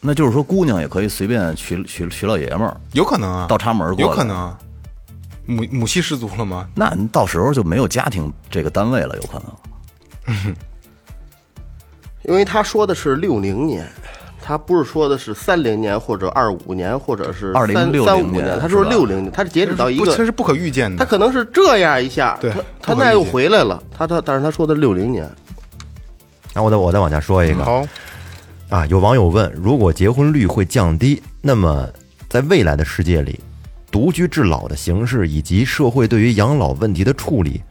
[SPEAKER 5] 那就是说姑娘也可以随便娶娶娶老爷们儿，
[SPEAKER 3] 有可能啊，
[SPEAKER 5] 倒插门儿过来
[SPEAKER 3] 有可能啊。母母系氏族了吗？
[SPEAKER 5] 那你到时候就没有家庭这个单位了，有可能。
[SPEAKER 4] 因为他说的是六零年，他不是说的是三零年或者二五年或者是
[SPEAKER 5] 2060年
[SPEAKER 4] 三五年，他说
[SPEAKER 5] 是吧
[SPEAKER 4] 六零年，他是截止到一
[SPEAKER 3] 不，这
[SPEAKER 4] 个，
[SPEAKER 3] 是不可预见
[SPEAKER 4] 他
[SPEAKER 3] 的。
[SPEAKER 4] 可能是这样一下，
[SPEAKER 3] 对
[SPEAKER 4] 他他
[SPEAKER 3] 不可
[SPEAKER 4] 那又
[SPEAKER 3] 理解
[SPEAKER 4] 回来了，他他但是他说的六零年，
[SPEAKER 1] 然后我再我再往下说一个，
[SPEAKER 3] 好，
[SPEAKER 1] 啊，有网友问，如果结婚率会降低，那么在未来的世界里，独居至老的形式以及社会对于养老问题的处理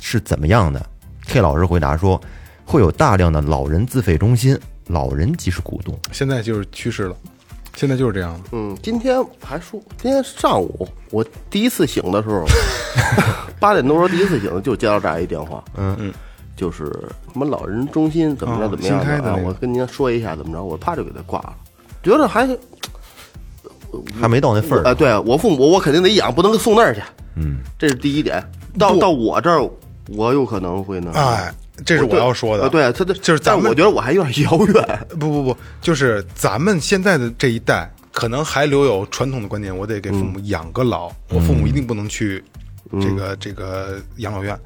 [SPEAKER 1] 是怎么样的？K 老师回答说，会有大量的老人自费中心，老人即是股东。
[SPEAKER 3] 现在就是趋势了，现在就是这样了。
[SPEAKER 4] 嗯，今天还说，今天上午我第一次醒的时候， 八点多时候第一次醒，就接到这儿一电话，嗯嗯，就是什么老人中心怎么着
[SPEAKER 3] 哦
[SPEAKER 4] 怎么样
[SPEAKER 3] 新开的
[SPEAKER 4] 啊
[SPEAKER 3] 那，个
[SPEAKER 4] 我跟您说一下怎么着，我啪就给他挂了，觉得还
[SPEAKER 1] 还没到那份儿
[SPEAKER 4] 啊，
[SPEAKER 1] 呢，
[SPEAKER 4] 对我父母我肯定得养，不能送那儿去，嗯，这是第一点，到到我这儿我有可能会呢，
[SPEAKER 3] 哎，这是我
[SPEAKER 4] 对
[SPEAKER 3] 要说的。呃
[SPEAKER 4] 啊对他的
[SPEAKER 3] 就是咱
[SPEAKER 4] 但
[SPEAKER 3] 们
[SPEAKER 4] 我觉得我还有点遥远，
[SPEAKER 3] 不不不，就是咱们现在的这一代，可能还留有传统的观念，我得给父母养个老，我父母一定不能去这个、这个养老院。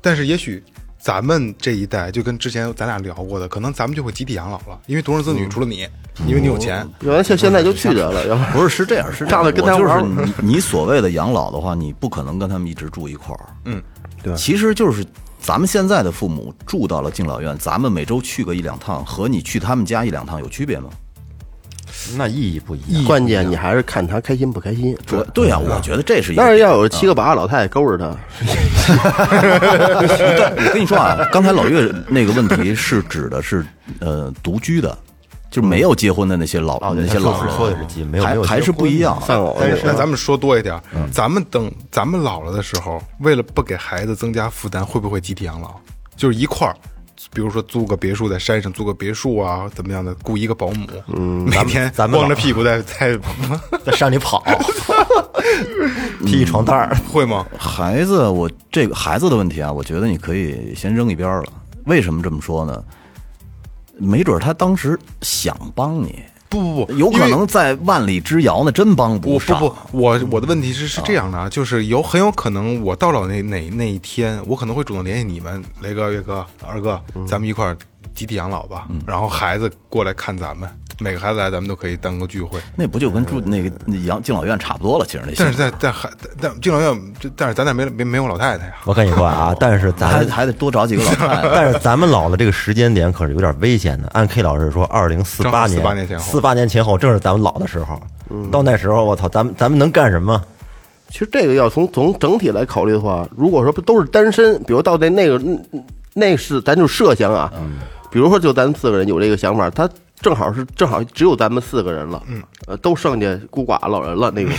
[SPEAKER 3] 但是也许咱们这一代，就跟之前咱俩聊过的，可能咱们就会集体养老了，因为独生子女除了你，因为你有钱，
[SPEAKER 4] 原来像现在就拒绝 了，要不然
[SPEAKER 5] 不是，是这样，是这样
[SPEAKER 4] 上来跟他
[SPEAKER 5] 我就
[SPEAKER 4] 玩
[SPEAKER 5] 是
[SPEAKER 4] 儿
[SPEAKER 5] 你你所谓的养老的话，你不可能跟他们一直住一块儿。
[SPEAKER 3] 嗯，
[SPEAKER 5] 对，其实就是咱们现在的父母住到了敬老院，咱们每周去个一两趟，和你去他们家一两趟有区别吗？
[SPEAKER 1] 那意义不一样。
[SPEAKER 4] 关键你还是看他开心不开心，
[SPEAKER 5] 我对呀、我觉得这是一个
[SPEAKER 4] 但是要有
[SPEAKER 3] 啊
[SPEAKER 4] 七个八个老太太勾着他，
[SPEAKER 5] 对，我跟你说啊，刚才老岳那个问题是指的是呃独居的，就没有结婚的那些老、
[SPEAKER 1] 哦对
[SPEAKER 5] 那些老
[SPEAKER 1] 他
[SPEAKER 5] 人，
[SPEAKER 1] 说的是结没有没
[SPEAKER 5] 还
[SPEAKER 1] 有结
[SPEAKER 5] 还是不一样。啊
[SPEAKER 4] 丧偶
[SPEAKER 3] 但
[SPEAKER 4] 那
[SPEAKER 3] 是
[SPEAKER 4] 种
[SPEAKER 3] 那咱们说多一点，咱们等咱们老了的时候，为了不给孩子增加负担，会不会集体养老？就是一块儿，比如说租个别墅在山上，租个别墅啊，怎么样的，雇一个保姆，嗯，每天
[SPEAKER 1] 咱们
[SPEAKER 3] 光着
[SPEAKER 1] 老
[SPEAKER 3] 屁股在在
[SPEAKER 1] 在山里 跑，披一床单儿，
[SPEAKER 3] 会吗？
[SPEAKER 5] 孩子，我这个孩子的问题啊，我觉得你可以先扔一边儿了。为什么这么说呢？没准他当时想帮你，
[SPEAKER 3] 不不不，
[SPEAKER 5] 有
[SPEAKER 3] 因
[SPEAKER 5] 可
[SPEAKER 3] 为
[SPEAKER 5] 能在万里之遥呢，真帮
[SPEAKER 3] 我不
[SPEAKER 5] 上。
[SPEAKER 3] 不，我我的问题是是这样的啊，就是有很有可能我到老那哪那一天，我可能会主动联系你们，雷哥、岳哥、二哥，咱们一块儿集体养老吧。然后孩子过来看咱们，每个孩子来咱们都可以当个聚会。
[SPEAKER 5] 那不就跟住那个那养敬老院差不多了？其实那
[SPEAKER 3] 呃但
[SPEAKER 5] 些
[SPEAKER 3] 是在在孩但敬老院，这但是咱那没没没有老太太呀。
[SPEAKER 1] 我跟你说啊，但是咱
[SPEAKER 5] 还还得多找几个老
[SPEAKER 3] 啊
[SPEAKER 5] 太太。
[SPEAKER 1] 但是咱们老的这个时间点可是有点危险的。按 K 老师说，二零四八
[SPEAKER 3] 正
[SPEAKER 1] 年，
[SPEAKER 3] 好48年前后
[SPEAKER 1] 48年前后正是咱们老的时候。到那时候，我操，咱们咱们能干什么？
[SPEAKER 4] 其实这个要从从整体来考虑的话，如果说不都是单身，比如到那那个嗯嗯那是咱就设想啊，
[SPEAKER 3] 嗯
[SPEAKER 4] 比如说就咱四个人有这个想法，他正好是正好只有咱们四个人了，
[SPEAKER 3] 嗯
[SPEAKER 4] 呃，都剩下孤寡老人 了那种，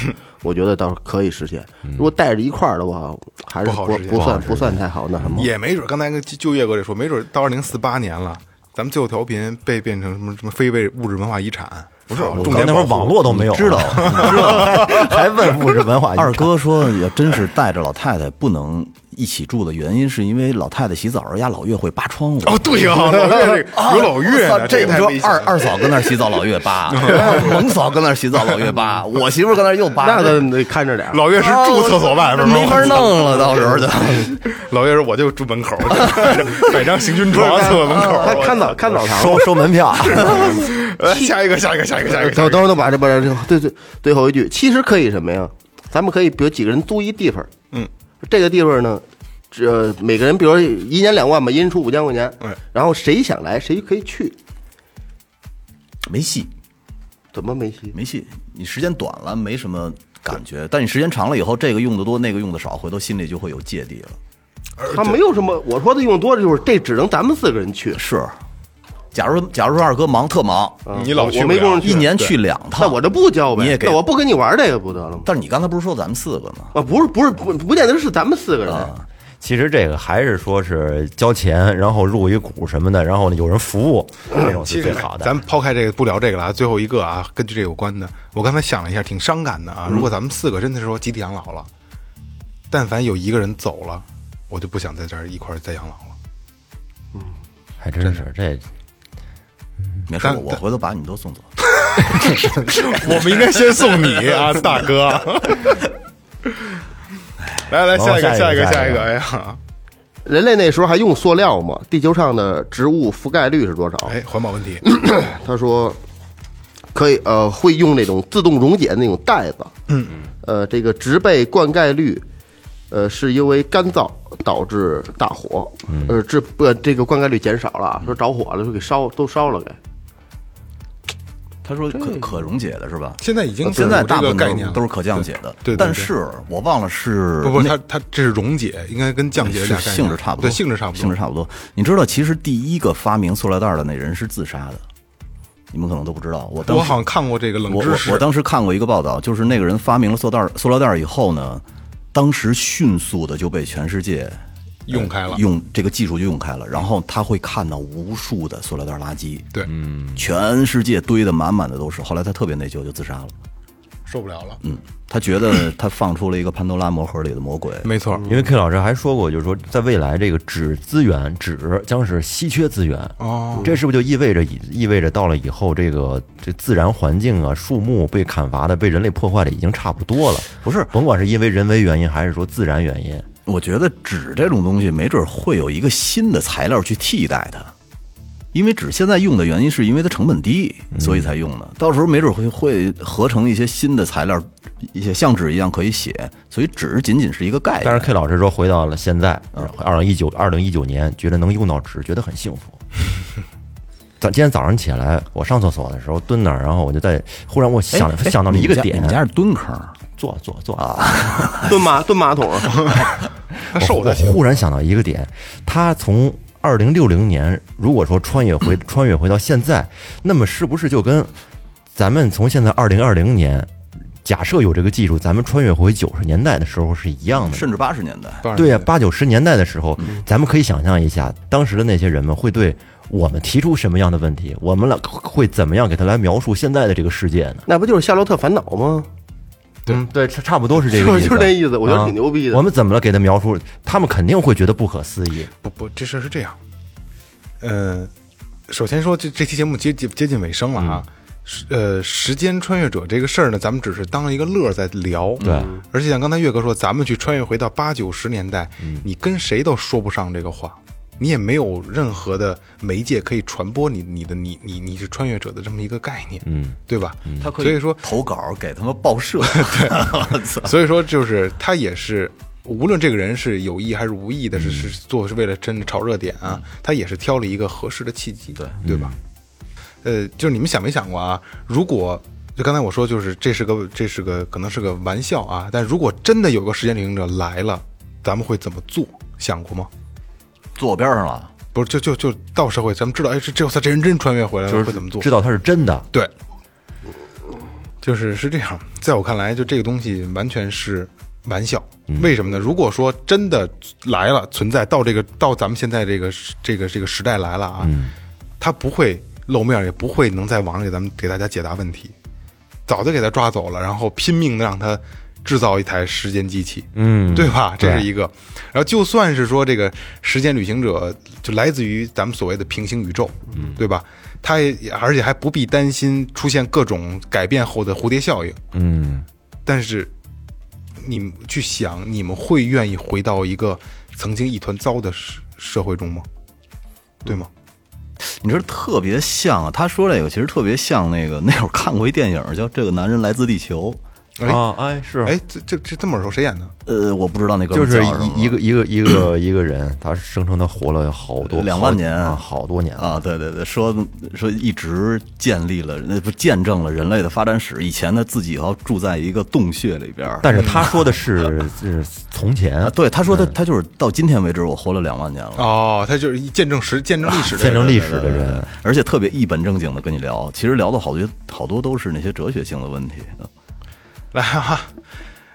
[SPEAKER 4] 我觉得倒是可以实现。如果带着一块儿的话，还是
[SPEAKER 3] 嗯不好
[SPEAKER 4] 不
[SPEAKER 3] 实现
[SPEAKER 4] 不
[SPEAKER 3] 不好
[SPEAKER 4] 算不算太好那什么。
[SPEAKER 3] 也没准，刚才跟就就业哥这说，没准到二零四八年了，咱们最后调频被变成什么什么非为物质文化遗产，不是重
[SPEAKER 1] 我
[SPEAKER 3] 点
[SPEAKER 1] 那会儿
[SPEAKER 3] 保护
[SPEAKER 1] 网络都没有，
[SPEAKER 5] 知 道，
[SPEAKER 1] 你知道， 还还问物质文 化遗产
[SPEAKER 5] 二哥说，也真是带着老太太不能一起住的原因，是因为老太太洗澡，人家老岳会扒窗户。
[SPEAKER 3] 哦，对呀、老岳这个有老岳呢，个太
[SPEAKER 5] 啊我操哦这你说
[SPEAKER 3] 危险
[SPEAKER 5] 二
[SPEAKER 3] 了
[SPEAKER 5] 二嫂跟那儿洗澡，老岳 扒；萌嫂跟那儿洗澡，老岳扒；我媳妇儿跟那儿又扒。
[SPEAKER 4] 那咱得看着点儿。
[SPEAKER 3] 老岳是住厕所外边吗？
[SPEAKER 5] 没法弄 了，到时候就。
[SPEAKER 3] 老岳说我就住门口， 摆张行军床，厕所门口。
[SPEAKER 4] 他看澡看澡堂
[SPEAKER 1] 收收门票，
[SPEAKER 3] 呃下一个，下一个，下一个，下一个。
[SPEAKER 4] 等等会儿，等把这把这对对最后一句，其实可以什么呀？咱们可以比如几个人租一地方，
[SPEAKER 3] 嗯，
[SPEAKER 4] 这个地方呢，这每个人比如一年两万吧，一人出五千块钱
[SPEAKER 3] 哎，
[SPEAKER 4] 然后谁想来谁可以去，
[SPEAKER 5] 没戏，
[SPEAKER 4] 怎么没戏？
[SPEAKER 5] 没戏，你时间短了没什么感觉，但你时间长了以后，这个用的多，那个用的少，回头心里就会有芥蒂了。
[SPEAKER 4] 他没有什么，我说的用多的就是这只能咱们四个人去，
[SPEAKER 5] 是，假如假如说二哥忙特忙，
[SPEAKER 4] 啊
[SPEAKER 3] 你老
[SPEAKER 4] 我
[SPEAKER 3] 去
[SPEAKER 4] 我
[SPEAKER 3] 不
[SPEAKER 4] 没
[SPEAKER 3] 了
[SPEAKER 4] 工夫
[SPEAKER 5] 一
[SPEAKER 4] 去，
[SPEAKER 5] 年去两
[SPEAKER 4] 那
[SPEAKER 5] 趟，
[SPEAKER 4] 我就不交
[SPEAKER 5] 你也
[SPEAKER 4] 呗，
[SPEAKER 5] 给
[SPEAKER 4] 那我不跟你玩这个不得了吗？
[SPEAKER 5] 但是你刚才不是说咱们四个吗？
[SPEAKER 4] 啊，不是不是不不见得是咱们四个人，
[SPEAKER 3] 啊
[SPEAKER 1] 其实这个还是说是交钱，然后入一股什么的，然后呢有人服务，那种
[SPEAKER 3] 其
[SPEAKER 1] 是
[SPEAKER 3] 实
[SPEAKER 1] 最好的。
[SPEAKER 3] 咱们抛开这个不聊这个了啊，最后一个啊，根据这有关的，我刚才想了一下，挺伤感的啊。如果咱们四个真的是说集体养老了，但凡有一个人走了，我就不想在这儿一块儿再养老了。
[SPEAKER 1] 还真是这
[SPEAKER 5] 没事，
[SPEAKER 3] 但
[SPEAKER 5] 我我回头把你们都送走。
[SPEAKER 3] 我们应该先送 你啊，大哥。来来，
[SPEAKER 1] 好
[SPEAKER 3] 下一个，
[SPEAKER 1] 下
[SPEAKER 3] 下
[SPEAKER 1] 一
[SPEAKER 3] 一
[SPEAKER 1] 个
[SPEAKER 3] 个，下
[SPEAKER 1] 下一
[SPEAKER 3] 一
[SPEAKER 1] 个
[SPEAKER 3] 个。哎呀，
[SPEAKER 4] 人类那时候还用塑料吗？地球上的植物覆盖率是多少？
[SPEAKER 3] 哎，环保问题，
[SPEAKER 5] 嗯
[SPEAKER 4] 他说可以呃会用那种自动溶解的那种袋子，嗯，呃这个植被灌溉率，呃是因为干燥导致大火，呃这不、呃、这个灌溉率减少了啊，说着火了，说给烧都烧了给，
[SPEAKER 5] 他说可可溶解的是吧？
[SPEAKER 3] 现在已经
[SPEAKER 5] 呃现在大
[SPEAKER 3] 有啊这
[SPEAKER 5] 部
[SPEAKER 3] 个
[SPEAKER 5] 分
[SPEAKER 3] 概念
[SPEAKER 5] 都
[SPEAKER 3] 了
[SPEAKER 5] 都是可降解的，
[SPEAKER 3] 对对对对
[SPEAKER 5] 但是我忘了是
[SPEAKER 3] 不不，
[SPEAKER 5] 那
[SPEAKER 3] 它它这是溶解，应该跟降解有
[SPEAKER 5] 是
[SPEAKER 3] 俩概念
[SPEAKER 5] 性质差不多，嗯
[SPEAKER 3] 对，性质差不多，
[SPEAKER 5] 性质差不多。你知道，其实第一个发明塑料袋的那人是自杀的，你们可能都不知道。我当
[SPEAKER 3] 我
[SPEAKER 5] 时
[SPEAKER 3] 好像看过这个冷
[SPEAKER 5] 我
[SPEAKER 3] 知
[SPEAKER 5] 我
[SPEAKER 3] 识，
[SPEAKER 5] 我当时看过一个报道，就是那个人发明了塑料袋塑料袋以后呢，当时迅速的就被全世界呃
[SPEAKER 3] 用开了。
[SPEAKER 5] 用这个技术就用开了，然后他会看到无数的塑料袋垃圾，
[SPEAKER 3] 对，嗯
[SPEAKER 5] 全世界堆的满满的都是。后来他特别内疚，就自杀了。
[SPEAKER 3] 受不了了。
[SPEAKER 5] 嗯，他觉得他放出了一个潘多拉魔盒里的魔鬼。
[SPEAKER 3] 没错，
[SPEAKER 1] 因为 K 老师还说过，就是说在未来这个纸资源纸将是稀缺资源
[SPEAKER 3] 哦，
[SPEAKER 1] 这是不是就意味着以意味着到了以后这个这自然环境啊，树木被砍伐的被人类破坏的已经差不多了？
[SPEAKER 5] 不是哎
[SPEAKER 1] 甭管是因为人为原因还是说自然原因，
[SPEAKER 5] 我觉得纸这种东西，没准会有一个新的材料去替代它，因为纸现在用的原因是因为它成本低，
[SPEAKER 1] 嗯
[SPEAKER 5] 所以才用的。到时候没准会会合成一些新的材料，一些像纸一样可以写，所以纸仅仅是一个概
[SPEAKER 1] 但
[SPEAKER 5] 念
[SPEAKER 1] 是。K 老师说回到了现在，
[SPEAKER 5] 嗯
[SPEAKER 1] 二零一九二零一九年，觉得能用到纸，觉得很幸 福。咱今天早上起来，我上厕所的时候蹲那儿，然后我就在忽然我想
[SPEAKER 5] 哎
[SPEAKER 1] 想到了一个
[SPEAKER 5] 你家
[SPEAKER 1] 点
[SPEAKER 5] 你，家是蹲坑儿，
[SPEAKER 1] 坐坐坐啊！
[SPEAKER 4] 蹲马蹲马桶，
[SPEAKER 3] 他受
[SPEAKER 1] 我
[SPEAKER 3] 的
[SPEAKER 1] 忽然想到一个点，他从二零六零年如果说穿越回穿越回到现在，那么是不是就跟咱们从现在二零二零年，假设有这个技术，咱们穿越回九十年代的时候是一样的呢？
[SPEAKER 5] 甚至八十年代，
[SPEAKER 3] 当然
[SPEAKER 1] 对呀、八九十年代的时候，
[SPEAKER 4] 嗯
[SPEAKER 1] 咱们可以想象一下，当时的那些人们会对我们提出什么样的问题，我们来会怎么样给他来描述现在的这个世界呢？
[SPEAKER 4] 那不就是夏洛特烦恼吗？
[SPEAKER 1] 嗯，对，差差不多是这
[SPEAKER 4] 是不
[SPEAKER 1] 个
[SPEAKER 4] 是
[SPEAKER 1] 意思，
[SPEAKER 4] 就是这意思我觉得
[SPEAKER 1] 啊
[SPEAKER 4] 挺牛逼的
[SPEAKER 1] 我们怎么了给他描述？他们肯定会觉得不可思议。
[SPEAKER 3] 不不，这事儿是这样，呃，首先说这这期节目接接接近尾声了啊。时呃，时间穿越者这个事儿呢，咱们只是当一个乐儿在聊。
[SPEAKER 1] 对，
[SPEAKER 3] 而且像刚才岳哥说，咱们去穿越回到八九十年代，你跟谁都说不上这个话，你也没有任何的媒介可以传播你你的你你你是穿越者的这么一个概念，嗯，对吧？
[SPEAKER 5] 他可
[SPEAKER 3] 所以说
[SPEAKER 5] 投稿给他们报 社。我操
[SPEAKER 3] 所以说，就是他也是，无论这个人是有意还是无意的，是是做是为了真的炒热点啊，他也是挑了一个合适的契机，对对吧？呃，就是你们想没想过啊？如果就刚才我说，就是这是个这是个可能是个玩笑啊，但如果真的有个时间旅行者来了，咱们会怎么做？想过吗？
[SPEAKER 5] 坐我边上了，
[SPEAKER 3] 不是，就就就到社会，咱们知道，哎，这这这人真穿越回来了，会怎么做？
[SPEAKER 1] 知道他是真的，
[SPEAKER 3] 对，就是是这样。在我看来，就这个东西完全是玩笑。为什么呢？如果说真的来了，存在到这个到咱们现在这个时这个这个时代来了啊，他不会露面，也不会能在网上给咱们给大家解答问题。早就给他抓走了，然后拼命的让他制造一台时间机器，嗯，对吧？这是一个。然后就算是说这个时间旅行者就来自于咱们所谓的平行宇宙，嗯，对吧？他也而且还不必担心出现各种改变后的蝴蝶效应，嗯。但是你们去想，你们会愿意回到一个曾经一团糟的社社会中吗？嗯对吗？
[SPEAKER 5] 你知道特别像啊，他说这个其实特别像那个那会儿看过一电影叫《这个男人来自地球》，
[SPEAKER 3] 哎
[SPEAKER 1] 啊，哎，是，
[SPEAKER 3] 哎，这这这这么耳熟，谁演的？
[SPEAKER 5] 呃，我不知道那哥们
[SPEAKER 1] 就是
[SPEAKER 5] 儿叫什么
[SPEAKER 1] 一一个一个一个一个人，他声称他活了好多
[SPEAKER 5] 两
[SPEAKER 1] 好
[SPEAKER 5] 万年
[SPEAKER 1] 啊，好多年了。
[SPEAKER 5] 啊，对对对，说说一直建立了，那不见证了人类的发展史。以前他自己要住在一个洞穴里边儿，
[SPEAKER 1] 但是他说的是是从前
[SPEAKER 5] 啊，，对他
[SPEAKER 1] 嗯
[SPEAKER 5] 说他他就是到今天为止，我活了两万年了。
[SPEAKER 3] 哦，他就是一见证时见证历史的
[SPEAKER 1] 见
[SPEAKER 3] 人，
[SPEAKER 1] 证历史的人，
[SPEAKER 5] 而且特别一本正经的跟你聊，其实聊的好多好多都是那些哲学性的问题。嗯
[SPEAKER 3] 来哈、哈，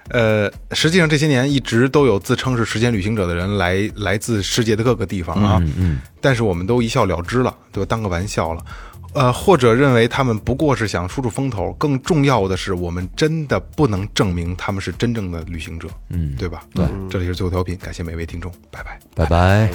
[SPEAKER 3] 呃，实际上这些年一直都有自称是时间旅行者的人来来自世界的各个地方啊，嗯，但是我们都一笑了之了，对吧？当个玩笑了，呃，或者认为他们不过是想出出风头。更重要的是，我们真的不能证明他们是真正的旅行者，嗯，对吧？对，这里是最后调频，感谢每位听众，拜拜。
[SPEAKER 1] 拜拜。